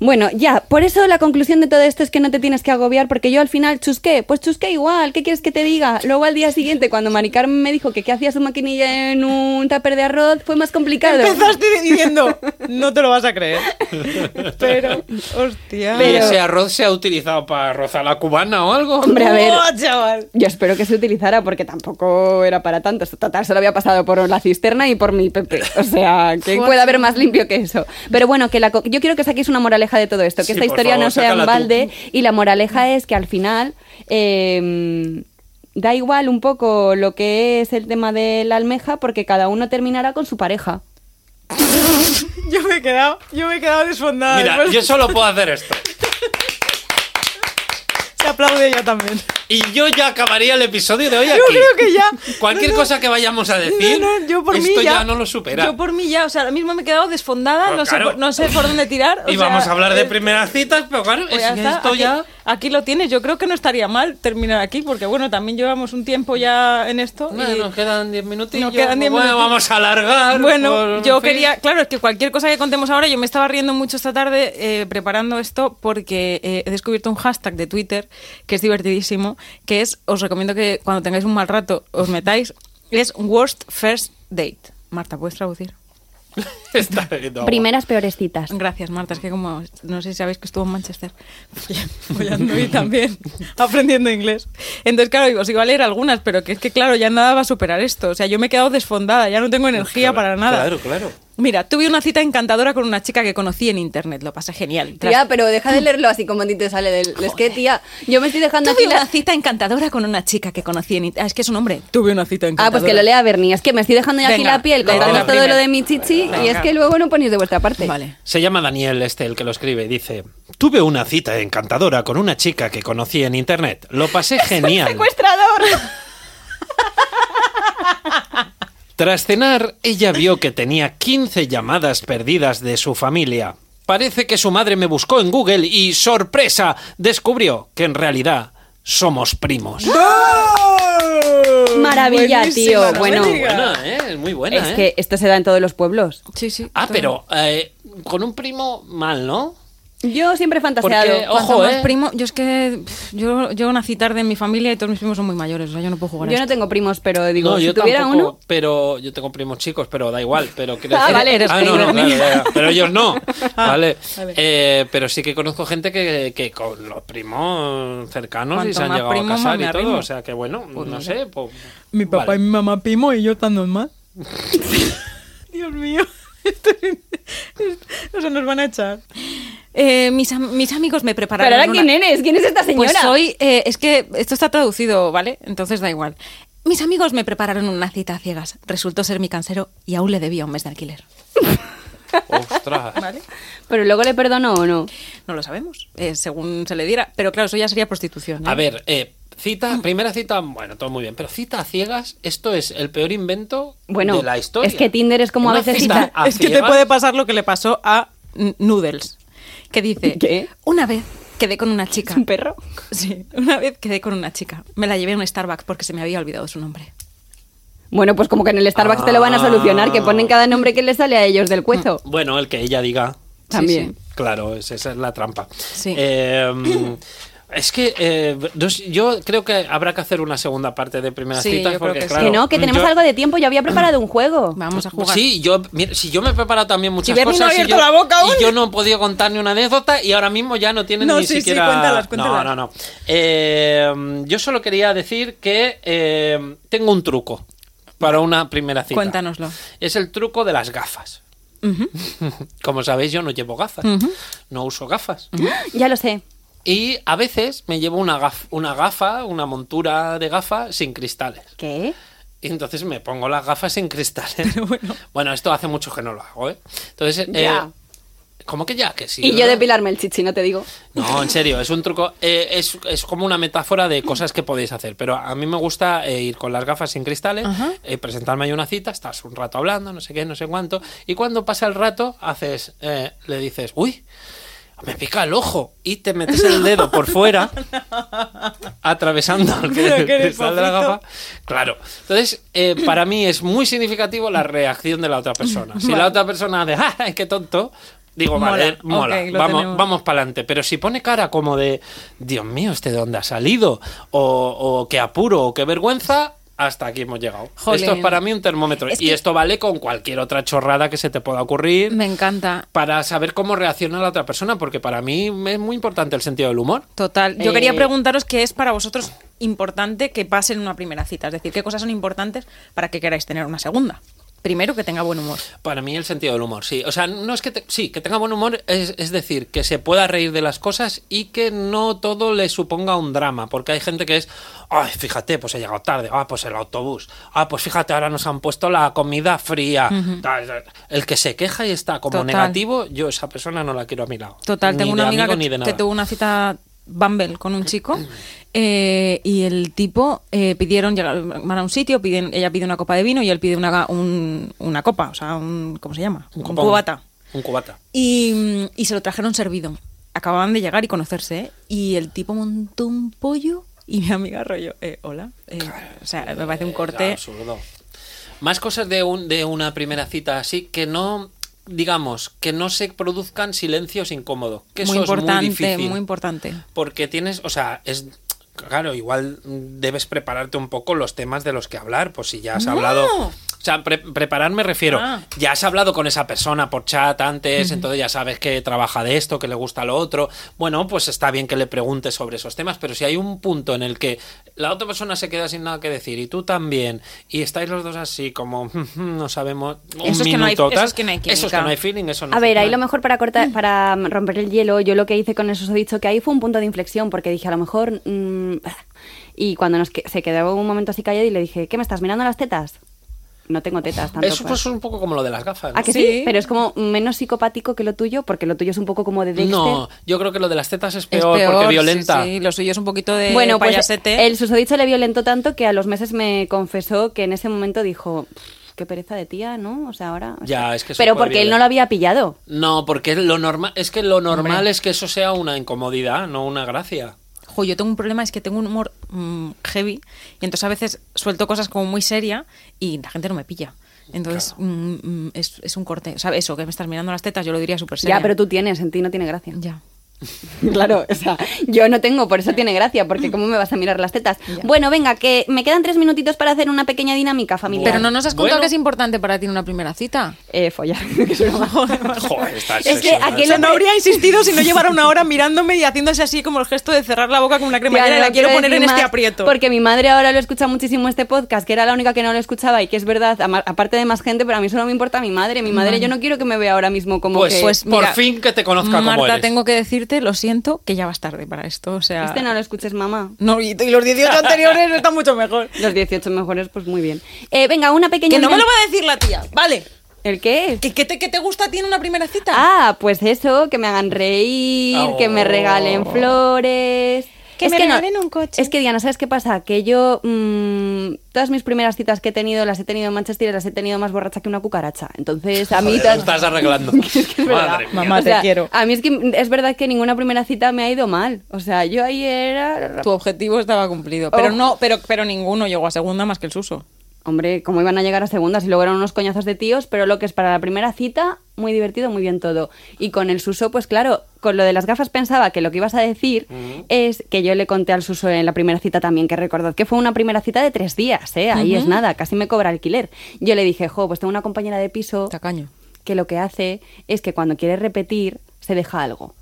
Speaker 4: Bueno, ya, por eso la conclusión de todo esto es que no te tienes que agobiar porque yo al final chusqué, pues chusqué igual, ¿qué quieres que te diga? Luego al día siguiente cuando Mari Carmen me dijo que qué hacía su maquinilla en un tupper de arroz fue más complicado.
Speaker 1: Empezaste diciendo, no te lo vas a creer. Pero, hostia.
Speaker 2: ¿Y
Speaker 4: Pero-
Speaker 2: ese arroz se ha utilizado para rozar la cubana o algo?
Speaker 4: Hombre, a ver,
Speaker 1: Buah, Oh, chaval.
Speaker 4: yo espero que se utilizara porque tampoco era para tanto. Total, se lo había pasado por la cisterna y por mi Pepe. O sea, que puede haber más limpio que eso. Pero bueno, que la co- yo quiero que saquéis una moraleja de todo esto, que
Speaker 2: Sí,
Speaker 4: esta
Speaker 2: por
Speaker 4: historia
Speaker 2: favor,
Speaker 4: no sea
Speaker 2: sácala
Speaker 4: en
Speaker 2: tú.
Speaker 4: balde. Y la moraleja es que al final eh, da igual un poco lo que es el tema de la almeja porque cada uno terminará con su pareja.
Speaker 1: Yo me he quedado, yo me he quedado desfondada.
Speaker 2: Mira,
Speaker 1: después
Speaker 2: yo solo puedo hacer esto.
Speaker 1: Se aplaude ella también.
Speaker 2: Y yo ya acabaría el episodio de hoy
Speaker 1: Yo
Speaker 2: aquí.
Speaker 1: creo que ya.
Speaker 2: Cualquier
Speaker 1: No, no.
Speaker 2: cosa que vayamos a decir,
Speaker 1: No, no, yo por
Speaker 2: esto
Speaker 1: mí ya,
Speaker 2: no lo supera.
Speaker 1: Yo por mí ya, o sea, ahora mismo me he quedado desfondada,
Speaker 2: Pues
Speaker 1: no, sé
Speaker 2: claro.
Speaker 1: por, no sé por dónde tirar. o
Speaker 2: y
Speaker 1: sea,
Speaker 2: vamos a hablar de
Speaker 1: eh,
Speaker 2: primeras citas, pero claro,
Speaker 1: pues
Speaker 2: es
Speaker 1: ya
Speaker 2: que
Speaker 1: está,
Speaker 2: esto
Speaker 1: aquí,
Speaker 2: eh, ya...
Speaker 1: aquí lo tienes, yo creo que no estaría mal terminar aquí, porque bueno, también llevamos un tiempo ya en esto. y-
Speaker 2: Bueno, nos quedan 10 minutillos.
Speaker 1: Nos quedan diez
Speaker 2: bueno,
Speaker 1: minutillos.
Speaker 2: vamos a alargar.
Speaker 1: Bueno,
Speaker 2: por
Speaker 1: yo
Speaker 2: fin.
Speaker 1: quería, claro, es que cualquier cosa que contemos ahora, yo me estaba riendo mucho esta tarde eh, preparando esto porque eh, he descubierto un hashtag de Twitter que es divertidísimo, que es, os recomiendo que cuando tengáis un mal rato os metáis, es Worst First Date. Marta, ¿puedes traducir?
Speaker 2: Está bebiendo agua.
Speaker 4: Primeras peores citas.
Speaker 1: Gracias, Marta, es que como no sé si sabéis que estuvo en Manchester, follando y también aprendiendo inglés. Entonces, claro, os iba a leer algunas, pero que es que, claro, ya nada va a superar esto. O sea, yo me he quedado desfondada, ya no tengo
Speaker 4: Pues
Speaker 1: energía para nada.
Speaker 2: Claro, claro.
Speaker 1: Mira, tuve una cita encantadora con una chica que conocí en internet, lo pasé genial. Tras-
Speaker 4: Tía, pero deja de leerlo así como a ti te sale del... Es que, tía, yo me estoy dejando
Speaker 1: Tuve
Speaker 4: aquí la-
Speaker 1: una cita encantadora con una chica que conocí en internet. es que es un hombre. Tuve una cita
Speaker 4: Ah, pues que lo lea Bernie. Es que me estoy dejando ya aquí
Speaker 1: Venga,
Speaker 4: la piel
Speaker 1: venga,
Speaker 4: contando
Speaker 2: la
Speaker 4: todo
Speaker 1: primera.
Speaker 4: lo de mi chichi y es
Speaker 1: Venga.
Speaker 4: que luego no ponéis de vuestra parte.
Speaker 1: Vale.
Speaker 2: Se llama Daniel, este el que lo escribe. Dice: Tuve una cita encantadora con una chica que conocí en internet. Lo pasé genial.
Speaker 4: ¡Secuestrador!
Speaker 2: Tras cenar, ella vio que tenía 15 llamadas perdidas de su familia. Parece que su madre me buscó en Google y, sorpresa, descubrió que en realidad somos primos.
Speaker 4: Maravilla, tío. Bueno,
Speaker 2: Muy buena, ¿eh? Es muy buena,
Speaker 4: es
Speaker 2: ¿eh?
Speaker 4: que esto se da en todos los pueblos.
Speaker 1: Sí, sí.
Speaker 2: Ah, pero eh, con un primo mal, ¿no?
Speaker 4: Yo siempre he fantaseado.
Speaker 2: Porque,
Speaker 1: Cuanto
Speaker 2: ojo,
Speaker 1: más
Speaker 2: ¿eh?
Speaker 1: primo, yo es que pff, yo, yo nací tarde en mi familia y todos mis primos son muy mayores, o sea, yo no puedo jugar a
Speaker 4: Yo no tengo primos, pero digo,
Speaker 2: no,
Speaker 4: si
Speaker 2: yo
Speaker 4: tuviera
Speaker 2: tampoco,
Speaker 4: uno.
Speaker 2: pero yo tengo primos chicos, pero da igual, pero quiero
Speaker 4: Ah,
Speaker 2: decir-
Speaker 4: vale, eres
Speaker 2: Ah, no,
Speaker 4: primo.
Speaker 2: no, claro, ya, ya, pero ellos no, Ah, vale. Eh, pero sí que conozco gente que, que con los primos cercanos y
Speaker 1: Cuanto
Speaker 2: se han
Speaker 1: más
Speaker 2: llegado
Speaker 1: primo,
Speaker 2: a
Speaker 1: más
Speaker 2: casar
Speaker 1: me
Speaker 2: y todo,
Speaker 1: arrimo.
Speaker 2: o sea que bueno, no sé, pues,
Speaker 1: Mi papá
Speaker 2: vale.
Speaker 1: y mi mamá primo y yo tan normal. Dios mío. Esto es- O sea, nos van a echar. Eh, mis, am- mis amigos me prepararon.
Speaker 4: Pero ahora,
Speaker 1: una-
Speaker 4: ¿quién eres? ¿Quién es esta señora?
Speaker 1: Pues soy. eh, es que esto está traducido, ¿vale? Entonces da igual. Mis amigos me prepararon una cita a ciegas. Resultó ser mi cansero y aún le debía un mes de alquiler.
Speaker 2: ostras.
Speaker 4: Pero luego le perdono o no.
Speaker 1: No lo sabemos, eh, según se le diera. Pero claro, eso ya sería prostitución. ¿eh?
Speaker 2: A ver, eh, cita, primera cita, bueno, todo muy bien, pero cita a ciegas, esto es el peor invento
Speaker 4: Bueno,
Speaker 2: de la historia.
Speaker 4: es que Tinder es como a
Speaker 2: Una
Speaker 4: veces
Speaker 2: cita
Speaker 4: cita-
Speaker 2: a
Speaker 1: es que te
Speaker 2: ciegas.
Speaker 1: puede pasar lo que le pasó a N- Noodles, que dice,
Speaker 4: ¿Qué?
Speaker 1: una vez quedé con una chica.
Speaker 4: ¿Es un perro?
Speaker 1: Sí, una vez quedé con una chica. Me la llevé a un Starbucks porque se me había olvidado su nombre.
Speaker 4: Bueno, pues como que en el Starbucks te lo van a solucionar, que ponen cada nombre que les sale a ellos del cuezo.
Speaker 2: Bueno, el que ella diga.
Speaker 4: También.
Speaker 2: Claro, es- esa es la trampa.
Speaker 1: Sí.
Speaker 2: Eh, es que eh, no sé, yo creo que habrá que hacer una segunda parte de primeras
Speaker 1: Sí,
Speaker 2: citas
Speaker 1: yo creo
Speaker 2: porque
Speaker 1: que sí.
Speaker 2: claro,
Speaker 4: que no, que tenemos
Speaker 2: yo-
Speaker 4: algo de tiempo. Yo había preparado un juego.
Speaker 1: Vamos a jugar.
Speaker 2: Sí, yo, mira, si yo me he preparado también muchas
Speaker 1: Bernie no
Speaker 2: cosas.
Speaker 1: ha
Speaker 2: y
Speaker 1: abierto
Speaker 2: yo,
Speaker 1: la boca
Speaker 2: y
Speaker 1: aún.
Speaker 2: yo no he podido contar ni una anécdota y ahora mismo ya no tienen
Speaker 1: No,
Speaker 2: ni
Speaker 1: sí, sí,
Speaker 2: siquiera.
Speaker 1: cuéntalas, cuéntalas.
Speaker 2: No, no, no. Eh, yo solo quería decir que em, eh, tengo un truco para una primera cita.
Speaker 1: Cuéntanoslo.
Speaker 2: Es el truco de las gafas. Como sabéis, yo no llevo gafas. No uso gafas.
Speaker 4: Ya lo sé.
Speaker 2: Y a veces me llevo una, gaf- una gafa, una montura de gafa sin cristales.
Speaker 4: ¿Qué?
Speaker 2: Y entonces me pongo las gafas sin cristales. bueno. esto hace mucho que no lo hago, ¿eh? Entonces, eh,
Speaker 4: Ya.
Speaker 2: ¿cómo que ya? Que sí.
Speaker 4: Y yo
Speaker 2: ¿verdad?
Speaker 4: depilarme el chichi, no te digo.
Speaker 2: No, en serio, es un truco. eh, es, es como una metáfora de cosas que podéis hacer. Pero a mí me gusta eh, ir con las gafas sin cristales, eh, presentarme ahí una cita, estás un rato hablando, no sé qué, no sé cuánto. Y cuando pasa el rato, haces, eh, le dices, uy. Me pica el ojo y te metes el dedo por fuera, atravesando el
Speaker 1: Pero que eres
Speaker 2: cristal de la
Speaker 1: fofito.
Speaker 2: gafa. Claro. Entonces, eh, para mí es muy significativo la reacción de la otra persona. Si la otra persona hace, "Ah, ¡ay, qué tonto! Digo,
Speaker 1: Mola,
Speaker 2: vale, mola,
Speaker 1: ok, lo tenemos.
Speaker 2: vamos, vamos para adelante. Pero si pone cara como de, Dios mío, ¿este de dónde ha salido? O, o qué apuro, o qué vergüenza, hasta aquí hemos llegado.
Speaker 1: Jolín.
Speaker 2: Esto es para mí un termómetro.
Speaker 1: Es
Speaker 2: y
Speaker 1: que-
Speaker 2: esto vale con cualquier otra chorrada que se te pueda ocurrir
Speaker 1: Me encanta.
Speaker 2: para saber cómo reacciona la otra persona, porque para mí es muy importante el sentido del humor.
Speaker 1: Total. Yo
Speaker 4: Eh,
Speaker 1: quería preguntaros qué es para vosotros importante que pase en una primera cita. Es decir, qué cosas son importantes para que queráis tener una segunda. Primero, que tenga buen humor.
Speaker 2: Para mí el sentido del humor, sí. O sea, no es que te- sí, que tenga buen humor, es, es decir, que se pueda reír de las cosas y que no todo le suponga un drama, porque hay gente que es, ay, fíjate, pues he llegado tarde, ah, pues el autobús, ah, pues fíjate, ahora nos han puesto la comida fría. Tal, tal. El que se queja y está como
Speaker 1: Total.
Speaker 2: negativo, yo esa persona no la quiero a mi lado.
Speaker 1: Total,
Speaker 2: Ni
Speaker 1: tengo una
Speaker 2: de
Speaker 1: amiga que,
Speaker 2: amigo ni de
Speaker 1: que
Speaker 2: nada.
Speaker 1: tuvo una cita Bumble con un chico eh, y el tipo eh, pidieron, llegaron- van a un sitio, piden, ella pide una copa de vino y él pide una, ga- un- una copa, o sea, un, ¿cómo se llama? Un,
Speaker 2: copón.
Speaker 1: cubata.
Speaker 2: Un cubata.
Speaker 1: Y, mm, y se lo trajeron servido. Acababan de llegar y conocerse, ¿eh? Y el tipo montó un pollo y mi amiga rollo, eh, hola. eh, o sea, me parece un
Speaker 2: Eh,
Speaker 1: corte.
Speaker 2: absurdo. Más cosas de, un, de una primera cita así que no, digamos, que no se produzcan silencios incómodos. Que
Speaker 1: Muy
Speaker 2: eso es muy,
Speaker 1: importante,
Speaker 2: difícil,
Speaker 1: muy importante.
Speaker 2: Porque tienes, o sea, es. Claro, igual debes prepararte un poco los temas de los que hablar, pues si ya has hablado. O sea, pre- preparar me refiero.
Speaker 1: Ah.
Speaker 2: Ya has hablado con esa persona por chat antes, entonces ya sabes que trabaja de esto, que le gusta lo otro. Bueno, pues está bien que le preguntes sobre esos temas, pero si hay un punto en el que la otra persona se queda sin nada que decir y tú también, y estáis los dos así como, no sabemos, un
Speaker 1: Eso es que no hay-
Speaker 2: minuto
Speaker 1: eso
Speaker 2: tal,
Speaker 1: es que no hay
Speaker 2: eso es que
Speaker 1: química.
Speaker 2: no hay feeling, eso no
Speaker 4: A
Speaker 2: se
Speaker 4: ver, ahí
Speaker 2: puede.
Speaker 4: lo mejor para cortar, para mm, romper el hielo, yo lo que hice con eso os he dicho que ahí fue un punto de inflexión, porque dije, a lo mejor. mm, y cuando nos que- se quedó un momento así callado y le dije, ¿qué me estás mirando las tetas? No tengo tetas tanto.
Speaker 2: Eso
Speaker 4: para-
Speaker 2: pues, es un poco como lo de las gafas. ¿no?
Speaker 4: ¿A que sí?
Speaker 1: Sí.
Speaker 4: Pero es como menos psicopático que lo tuyo, porque lo tuyo es un poco como de Dexter.
Speaker 2: No, yo creo que lo de las tetas es
Speaker 1: Es
Speaker 2: peor, porque
Speaker 1: sí,
Speaker 2: violenta.
Speaker 1: Sí, lo suyo es un poquito de
Speaker 4: bueno, pues
Speaker 1: payasete.
Speaker 4: el susodicho le violentó tanto que a los meses me confesó que en ese momento dijo, qué pereza de tía, ¿no? O sea, ahora... o
Speaker 2: Ya,
Speaker 4: sea,
Speaker 2: es que eso
Speaker 4: Pero
Speaker 2: puede
Speaker 4: porque él
Speaker 2: vivir.
Speaker 4: no lo había pillado.
Speaker 2: No, porque lo normal es que lo normal
Speaker 1: Hombre.
Speaker 2: es que eso sea una incomodidad, no una gracia.
Speaker 1: Jo, yo tengo un problema, es que tengo un humor mm, heavy y entonces a veces suelto cosas como muy seria y la gente no me pilla. Entonces mm, mm, es, es un corte. O sea, eso, que me estás mirando las tetas, yo lo diría súper seria.
Speaker 4: Ya, pero tú tienes, en ti no tiene gracia.
Speaker 1: Ya.
Speaker 4: Claro, o sea, yo no tengo, por eso tiene gracia, porque ¿cómo me vas a mirar las tetas? Bueno, venga, que me quedan tres minutitos para hacer una pequeña dinámica familiar.
Speaker 1: Pero no nos has contado
Speaker 2: Bueno.
Speaker 1: que es importante para ti en una primera cita.
Speaker 4: Eh, follar. que es una-
Speaker 2: Joder, está
Speaker 4: Es que
Speaker 2: sexual.
Speaker 4: aquel hombre-
Speaker 1: insistido si no llevara una hora mirándome y haciéndose así como el gesto de cerrar la boca con una
Speaker 4: Claro, quiero decir
Speaker 1: este
Speaker 4: más, Porque mi madre ahora lo escucha muchísimo este podcast, que era la única que no lo escuchaba y que es verdad, ama- aparte de más gente, pero a mí solo me importa mi madre. Mi madre, yo no quiero que me vea ahora mismo como
Speaker 2: Pues,
Speaker 4: que...
Speaker 2: pues, Por fin que te conozca como
Speaker 1: Marta,
Speaker 2: eres.
Speaker 1: tengo que decirte, lo siento, que ya vas tarde para esto. O sea,
Speaker 4: Este no lo escuches, mamá.
Speaker 1: No, y, y los 18 anteriores están mucho mejor.
Speaker 4: Los 18 mejores, pues muy bien. Eh, venga, una pequeña...
Speaker 1: Que no me lo
Speaker 4: dinam-
Speaker 1: va a decir la tía, vale.
Speaker 4: ¿El qué?
Speaker 1: ¿Qué, qué te, qué te gusta a ti en una primera cita?
Speaker 4: Ah, pues eso, que me hagan reír, que me regalen
Speaker 2: Oh.
Speaker 4: flores.
Speaker 1: Que me
Speaker 4: no-
Speaker 1: regalen un coche.
Speaker 4: Es que Diana, ¿sabes qué pasa? Que yo mm, todas mis primeras citas que he tenido las he tenido en Manchester y las he tenido más borracha que una cucaracha. Entonces, a mí
Speaker 2: Joder,
Speaker 4: todas-
Speaker 2: lo estás arreglando.
Speaker 4: Es que es verdad.
Speaker 2: Madre mía.
Speaker 1: Mamá,
Speaker 4: O
Speaker 1: te
Speaker 4: sea,
Speaker 1: quiero.
Speaker 4: A mí es que es verdad que ninguna primera cita me ha ido mal. O sea, yo ahí era
Speaker 1: Tu objetivo estaba cumplido. Pero
Speaker 4: Oh.
Speaker 1: no, pero, pero ninguno llegó a segunda más que el Suso.
Speaker 4: Hombre, cómo iban a llegar a segundas y luego eran unos coñazos de tíos, pero lo que es para la primera cita, muy divertido, muy bien todo. Y con el Suso, pues claro, con lo de las gafas pensaba que lo que ibas a decir es que yo le conté al Suso en la primera cita también, que recordad que fue una primera cita de tres días, ¿eh? Ahí es nada, casi me cobra alquiler. Yo le dije, jo, pues tengo una compañera de piso
Speaker 1: Tacaño.
Speaker 4: que lo que hace es que cuando quiere repetir, se deja algo.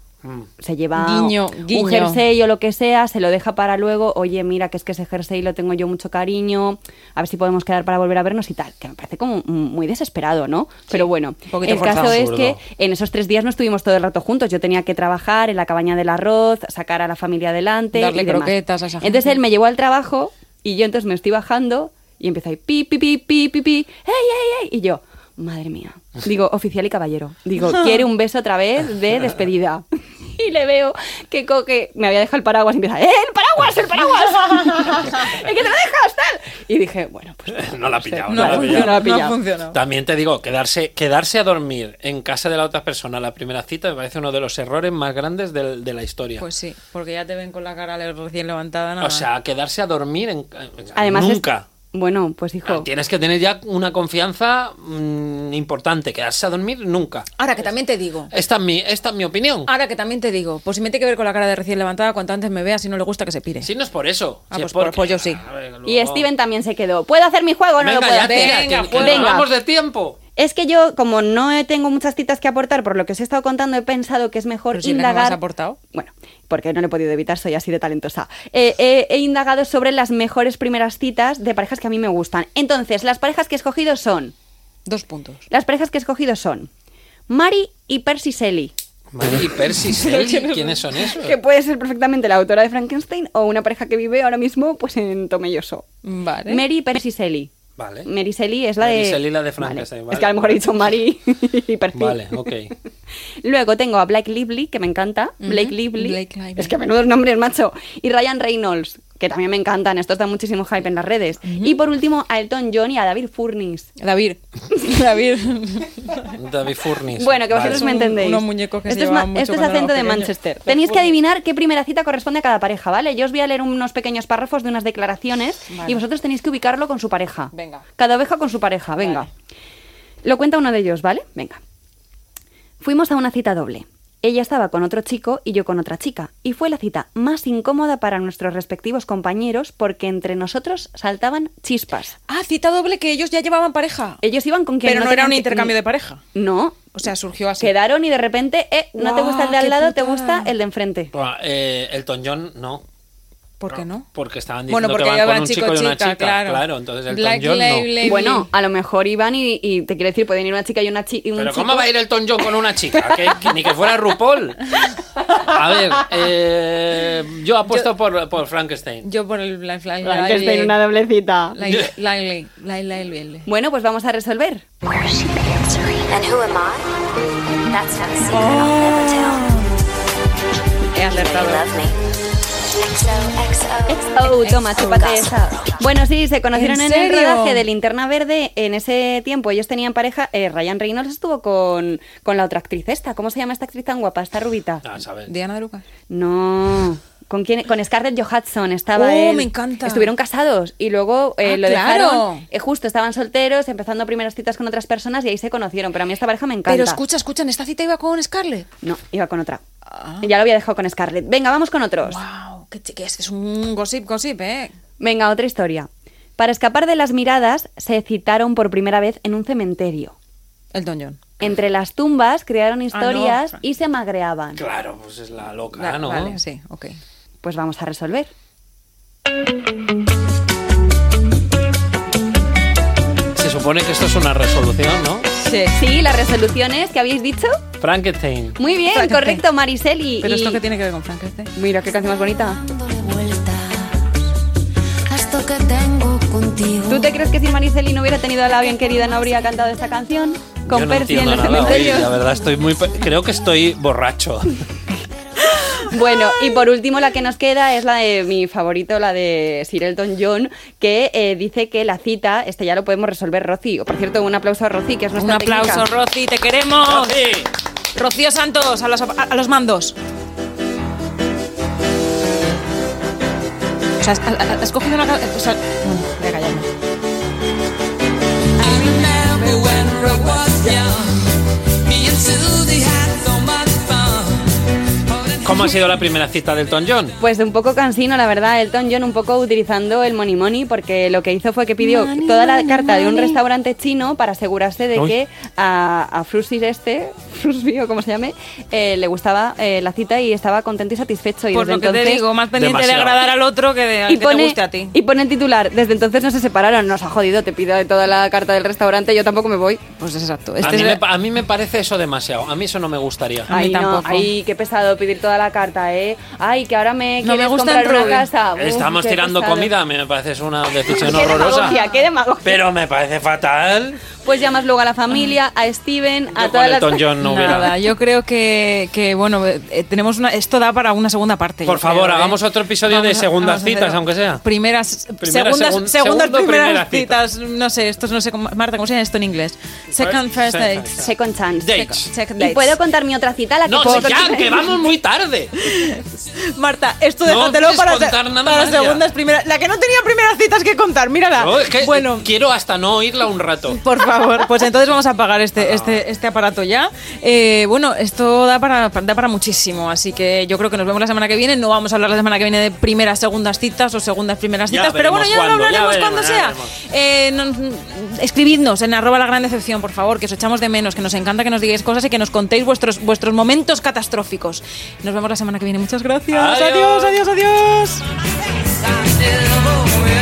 Speaker 4: Se lleva
Speaker 1: Guiño, guiño.
Speaker 4: un jersey o lo que sea, se lo deja para luego, oye, mira, que es que ese jersey lo tengo yo mucho cariño, a ver si podemos quedar para volver a vernos y tal, que me parece como muy desesperado, ¿no? Pero bueno,
Speaker 1: poquito
Speaker 4: el caso
Speaker 2: forzado.
Speaker 4: es
Speaker 2: Absurdo.
Speaker 4: que en esos tres días no estuvimos todo el rato juntos, yo tenía que trabajar en la cabaña del arroz, sacar a la familia adelante.
Speaker 1: Darle
Speaker 4: y demás.
Speaker 1: croquetas a esa gente.
Speaker 4: Entonces él me llevó al trabajo y yo entonces me estoy bajando y empieza ahí, pi, pi, pi, pi, pi, pi, ey, ey, ey, y yo... Madre mía. Digo, oficial y caballero. Digo, quiere un beso otra vez de despedida. Y le veo que coge, me había dejado el paraguas y empieza, ¡eh, el paraguas, el paraguas! ¡El que te lo dejas, tal! Y dije, bueno, pues
Speaker 2: No la ha pillado,
Speaker 4: No
Speaker 2: no la ha
Speaker 4: funciona.
Speaker 2: pillado.
Speaker 4: lo ha pillado.
Speaker 1: ha funcionado.
Speaker 2: También te digo, quedarse, quedarse a dormir en casa de la otra persona a la primera cita me parece uno de los errores más grandes del- de la historia.
Speaker 1: Pues sí, porque ya te ven con la cara le- recién levantada. nada.
Speaker 2: o sea, quedarse a dormir en,
Speaker 4: además... es-
Speaker 2: nunca.
Speaker 4: bueno, pues hijo,
Speaker 2: Tienes que tener ya una confianza mm, importante. Quedarse a dormir nunca.
Speaker 1: ahora que también te digo.
Speaker 2: Esta es mi, esta es mi opinión.
Speaker 1: Ahora que también te digo, pues si me tiene que ver con la cara de recién levantada, cuanto antes me vea, si no le gusta que se pire.
Speaker 2: Si no es por eso.
Speaker 1: Ah,
Speaker 2: si
Speaker 1: pues
Speaker 2: es porque-
Speaker 1: por- pues yo sí.
Speaker 2: A ver,
Speaker 4: y
Speaker 2: luego-
Speaker 4: Steven también se quedó. ¿Puedo hacer mi juego o no
Speaker 2: Venga,
Speaker 4: lo
Speaker 1: pues
Speaker 4: puedo
Speaker 2: ya,
Speaker 4: hacer?
Speaker 2: tira, que- que nos
Speaker 4: Venga.
Speaker 2: vamos de tiempo.
Speaker 4: Es que yo, como no he- tengo muchas citas que aportar por lo que os he estado contando, he pensado que es mejor
Speaker 1: Pero si las
Speaker 4: indagar.
Speaker 1: has aportado.
Speaker 4: Bueno, porque no lo he podido evitar, soy así de talentosa. Eh, eh, he indagado sobre las mejores primeras citas de parejas que a mí me gustan. Entonces, las parejas que he escogido son.
Speaker 1: Dos puntos.
Speaker 4: Las parejas que he escogido son. Mari y Percy Shelley.
Speaker 2: Mari y Percy, Shelley, ¿quiénes son esos?
Speaker 4: Que puede ser perfectamente la autora de Frankenstein o una pareja que vive ahora mismo pues en Tomelloso.
Speaker 1: Vale.
Speaker 4: Mary y Percy Shelley.
Speaker 2: Vale.
Speaker 4: Mary Shelley es la
Speaker 2: Mary
Speaker 4: de.
Speaker 2: Shelley, la de Frankenstein,
Speaker 4: Es que a
Speaker 2: vale.
Speaker 4: lo mejor he dicho Mary y Percy.
Speaker 2: Vale, ok.
Speaker 4: Luego tengo a Blake Lively, que me encanta. Blake, Lively.
Speaker 1: Blake Lively.
Speaker 4: Es que menudos nombres, macho. Y Ryan Reynolds, que también me encantan. Estos dan muchísimo hype en las redes. Y por último, a Elton John y a David Furnis.
Speaker 1: David. David.
Speaker 2: David Furnis.
Speaker 4: Bueno, que vosotros
Speaker 1: Son
Speaker 4: me entendéis.
Speaker 1: unos muñecos que se
Speaker 4: esto es,
Speaker 1: llevaban mucho
Speaker 4: esto es
Speaker 1: cuando
Speaker 4: acento de
Speaker 1: éramos pequeños.
Speaker 4: Manchester. Tenéis que adivinar qué primera cita corresponde a cada pareja, ¿vale? Yo os voy a leer unos pequeños párrafos de unas declaraciones
Speaker 1: Vale.
Speaker 4: y vosotros tenéis que ubicarlo con su pareja.
Speaker 1: Venga.
Speaker 4: Cada oveja con su pareja, venga.
Speaker 1: Vale.
Speaker 4: Lo cuenta uno de ellos, ¿vale? Venga. Fuimos a una cita doble. Ella estaba con otro chico y yo con otra chica, y fue la cita más incómoda para nuestros respectivos compañeros porque entre nosotros saltaban chispas.
Speaker 1: Ah, cita doble que ellos ya llevaban pareja.
Speaker 4: Ellos iban con quien
Speaker 1: Pero no era
Speaker 4: tenían
Speaker 1: un
Speaker 4: que-
Speaker 1: intercambio de pareja.
Speaker 4: No,
Speaker 1: O sea, surgió así.
Speaker 4: quedaron y de repente, eh, no te
Speaker 1: Guau,
Speaker 4: gusta el de
Speaker 1: qué
Speaker 4: al lado, te
Speaker 1: putada.
Speaker 4: gusta el de enfrente.
Speaker 2: Buah, eh, Elton John, no.
Speaker 1: ¿Por
Speaker 2: Ah.
Speaker 1: qué no?
Speaker 2: Porque estaban
Speaker 1: Bueno,
Speaker 2: diciendo
Speaker 1: porque
Speaker 2: que
Speaker 1: ya
Speaker 2: van con
Speaker 1: van
Speaker 2: un
Speaker 1: chico,
Speaker 2: chico, y una
Speaker 1: chica,
Speaker 2: chica.
Speaker 1: claro.
Speaker 2: Claro, entonces Elton
Speaker 1: Black
Speaker 2: John
Speaker 1: Label.
Speaker 2: no.
Speaker 1: Lively.
Speaker 4: Bueno, a lo mejor iban y, y te quiero decir, pueden ir una chica y una chica.
Speaker 2: Pero ¿cómo va a ir Elton John con una chica? Que, que ni que fuera RuPaul. A ver, eh, yo apuesto por, por Frankenstein.
Speaker 1: Yo por el Black Fly.
Speaker 4: en una doblecita. Bueno, pues vamos a resolver.
Speaker 10: And who am I? That's not a secret I'll never tell.
Speaker 1: He
Speaker 10: They
Speaker 1: acertado.
Speaker 10: love me. XOXO.
Speaker 4: Oh, toma, chúpate esa. Bueno, sí, se conocieron
Speaker 1: ¿En
Speaker 4: en, el
Speaker 1: serio?
Speaker 4: rodaje de Linterna Verde. En ese tiempo ellos tenían pareja. eh, Ryan Reynolds estuvo con, con la otra actriz esta. ¿Cómo se llama esta actriz tan guapa? Esta rubita.
Speaker 2: Ah, ¿sabes?
Speaker 1: Diana de Lucas.
Speaker 4: No. ¿Con quién? Con Scarlett Johansson estaba
Speaker 1: Oh,
Speaker 4: él.
Speaker 1: me encanta.
Speaker 4: Estuvieron casados y luego eh,
Speaker 1: Ah,
Speaker 4: lo
Speaker 1: claro.
Speaker 4: dejaron. eh, justo estaban solteros, empezando primeras citas con otras personas y ahí se conocieron. Pero a mí esta pareja me encanta.
Speaker 1: Pero escucha, escucha, en esta cita iba con Scarlett.
Speaker 4: No, iba con otra.
Speaker 1: Ah.
Speaker 4: Ya lo había dejado con Scarlett. Venga, vamos con otros.
Speaker 1: Wow, que, que este es un gossip, gossip, ¿eh?
Speaker 4: Venga, otra historia. Para escapar de las miradas, se citaron por primera vez en un cementerio.
Speaker 1: El Don John.
Speaker 4: Entre las tumbas crearon historias
Speaker 1: Ah, no.
Speaker 4: y se magreaban.
Speaker 2: Claro, pues es la loca,
Speaker 1: Va-
Speaker 2: ¿no?
Speaker 1: Vale, sí, ok.
Speaker 4: Pues vamos a resolver.
Speaker 2: Se supone que esto es una resolución, ¿no?
Speaker 1: Sí.
Speaker 4: Sí, las resoluciones que habéis dicho.
Speaker 2: Frankenstein.
Speaker 4: Muy bien,
Speaker 1: Frankenstein.
Speaker 4: correcto, Mariceli.
Speaker 1: Pero
Speaker 4: Y-
Speaker 1: esto que tiene que ver con Frankenstein.
Speaker 4: Mira, qué canción más bonita.
Speaker 10: Dándole vueltas hasta que tengo contigo.
Speaker 4: ¿Tú te crees que si Mariceli no hubiera tenido a la bien querida no habría cantado esta canción? Con
Speaker 2: Yo no
Speaker 4: Percy
Speaker 2: entiendo
Speaker 4: en los
Speaker 2: nada hoy,
Speaker 4: cementerios.
Speaker 2: la verdad estoy muy... pe- Creo que estoy borracho.
Speaker 4: Bueno, y por último la que nos queda es la de mi favorito, la de Sir Elton John, que eh, dice que la cita, este ya lo podemos resolver, Rosy. O, Por cierto, un aplauso a Rosy, que es
Speaker 1: Un
Speaker 4: nuestra
Speaker 1: aplauso,
Speaker 4: técnica.
Speaker 1: Rosy, te queremos.
Speaker 2: Sí.
Speaker 1: Rocío Santos, a los, a, a los mandos. O sea, has, has- has cogido una. ca- O sea, mm, venga, ya no.
Speaker 2: ¿Cómo ha sido la primera cita del Elton John?
Speaker 4: Pues un poco cansino, la verdad, Elton John un poco utilizando el money money, porque lo que hizo fue que pidió
Speaker 5: Money,
Speaker 4: toda la
Speaker 5: money,
Speaker 4: carta de un
Speaker 5: money.
Speaker 4: restaurante chino para asegurarse de
Speaker 5: Uy.
Speaker 4: que a, a Frusir este, Frusby o como se llame, eh, le gustaba eh, la cita y estaba contento y satisfecho. Y
Speaker 1: Por
Speaker 4: desde
Speaker 1: lo que te
Speaker 4: entonces-
Speaker 1: digo, más pendiente de agradar al otro que de al
Speaker 4: y
Speaker 1: que te
Speaker 4: pone,
Speaker 1: guste a ti.
Speaker 4: y pone el titular, desde entonces no se separaron, nos ha jodido, te pido toda la carta del restaurante, yo tampoco me voy. Pues exacto.
Speaker 2: a,
Speaker 4: este
Speaker 2: mí
Speaker 4: es
Speaker 2: me,
Speaker 4: el-
Speaker 2: pa- a mí me parece eso demasiado. A mí eso no me gustaría.
Speaker 4: Ay, no, ay, qué pesado pedir toda la carta, ¿eh? Ay, que ahora me
Speaker 1: No me
Speaker 4: quieres
Speaker 1: gusta
Speaker 4: comprar
Speaker 1: el
Speaker 4: una
Speaker 1: Rubén.
Speaker 4: casa. Ah, Uf,
Speaker 2: Estamos
Speaker 4: qué
Speaker 2: tirando
Speaker 4: pesado.
Speaker 2: comida, a mí me parece es una decisión
Speaker 4: Qué demagogia,
Speaker 2: horrorosa.
Speaker 4: qué demagogia.
Speaker 2: Pero me parece fatal.
Speaker 4: Pues llamas luego a la familia, a Steven, a
Speaker 2: Yo
Speaker 4: todas
Speaker 2: con
Speaker 4: las...
Speaker 2: Elton John no hubiera-
Speaker 1: Nada, yo creo que, que, bueno, eh, tenemos una, esto da para una segunda parte.
Speaker 2: Por
Speaker 1: yo
Speaker 2: favor,
Speaker 1: creo, ¿eh?
Speaker 2: hagamos otro episodio
Speaker 1: Vamos
Speaker 2: de
Speaker 1: a-
Speaker 2: segundas
Speaker 1: vamos a hacer
Speaker 2: citas, aunque sea.
Speaker 1: Primeras,
Speaker 2: Primera,
Speaker 1: segundas,
Speaker 2: segun-
Speaker 1: segundas
Speaker 2: segundo,
Speaker 1: primeras
Speaker 2: primera cita.
Speaker 1: citas, no sé, estos no sé, cómo- Marta, ¿cómo se llama esto en inglés? Second
Speaker 2: First-
Speaker 1: first date.
Speaker 2: second-
Speaker 4: Second chance.
Speaker 2: Dates.
Speaker 1: Second
Speaker 4: Y
Speaker 1: dates.
Speaker 4: puedo contar mi otra cita, la que
Speaker 2: No,
Speaker 4: puedo
Speaker 2: ya,
Speaker 4: contar-
Speaker 2: que vamos muy tarde.
Speaker 1: Marta, esto
Speaker 2: No
Speaker 1: déjatelo
Speaker 2: quieres
Speaker 1: para,
Speaker 2: contar nada
Speaker 1: para
Speaker 2: más ya.
Speaker 1: segundas primeras. La que no tenía primeras citas que contar, mírala.
Speaker 2: No, es que eh,
Speaker 1: bueno,
Speaker 2: quiero hasta no oírla un rato.
Speaker 1: Por favor, pues entonces vamos a apagar este, este, este aparato ya. Eh, bueno, esto da para, da para muchísimo, así que yo creo que nos vemos la semana que viene. No vamos a hablar la semana que viene de primeras, segundas citas o segundas, primeras
Speaker 2: Ya
Speaker 1: citas, pero bueno, ya
Speaker 2: veremos
Speaker 1: lo
Speaker 2: cuándo, ya
Speaker 1: hablaremos cuando
Speaker 2: veremos, ya
Speaker 1: sea. Eh, no- escribidnos en arroba la gran decepción, por favor, que os echamos de menos, que nos encanta que nos digáis cosas y que nos contéis vuestros, vuestros momentos catastróficos. Nos vemos la semana que viene. Muchas gracias.
Speaker 2: Adiós.
Speaker 1: adiós, adiós. adiós.
Speaker 3: Still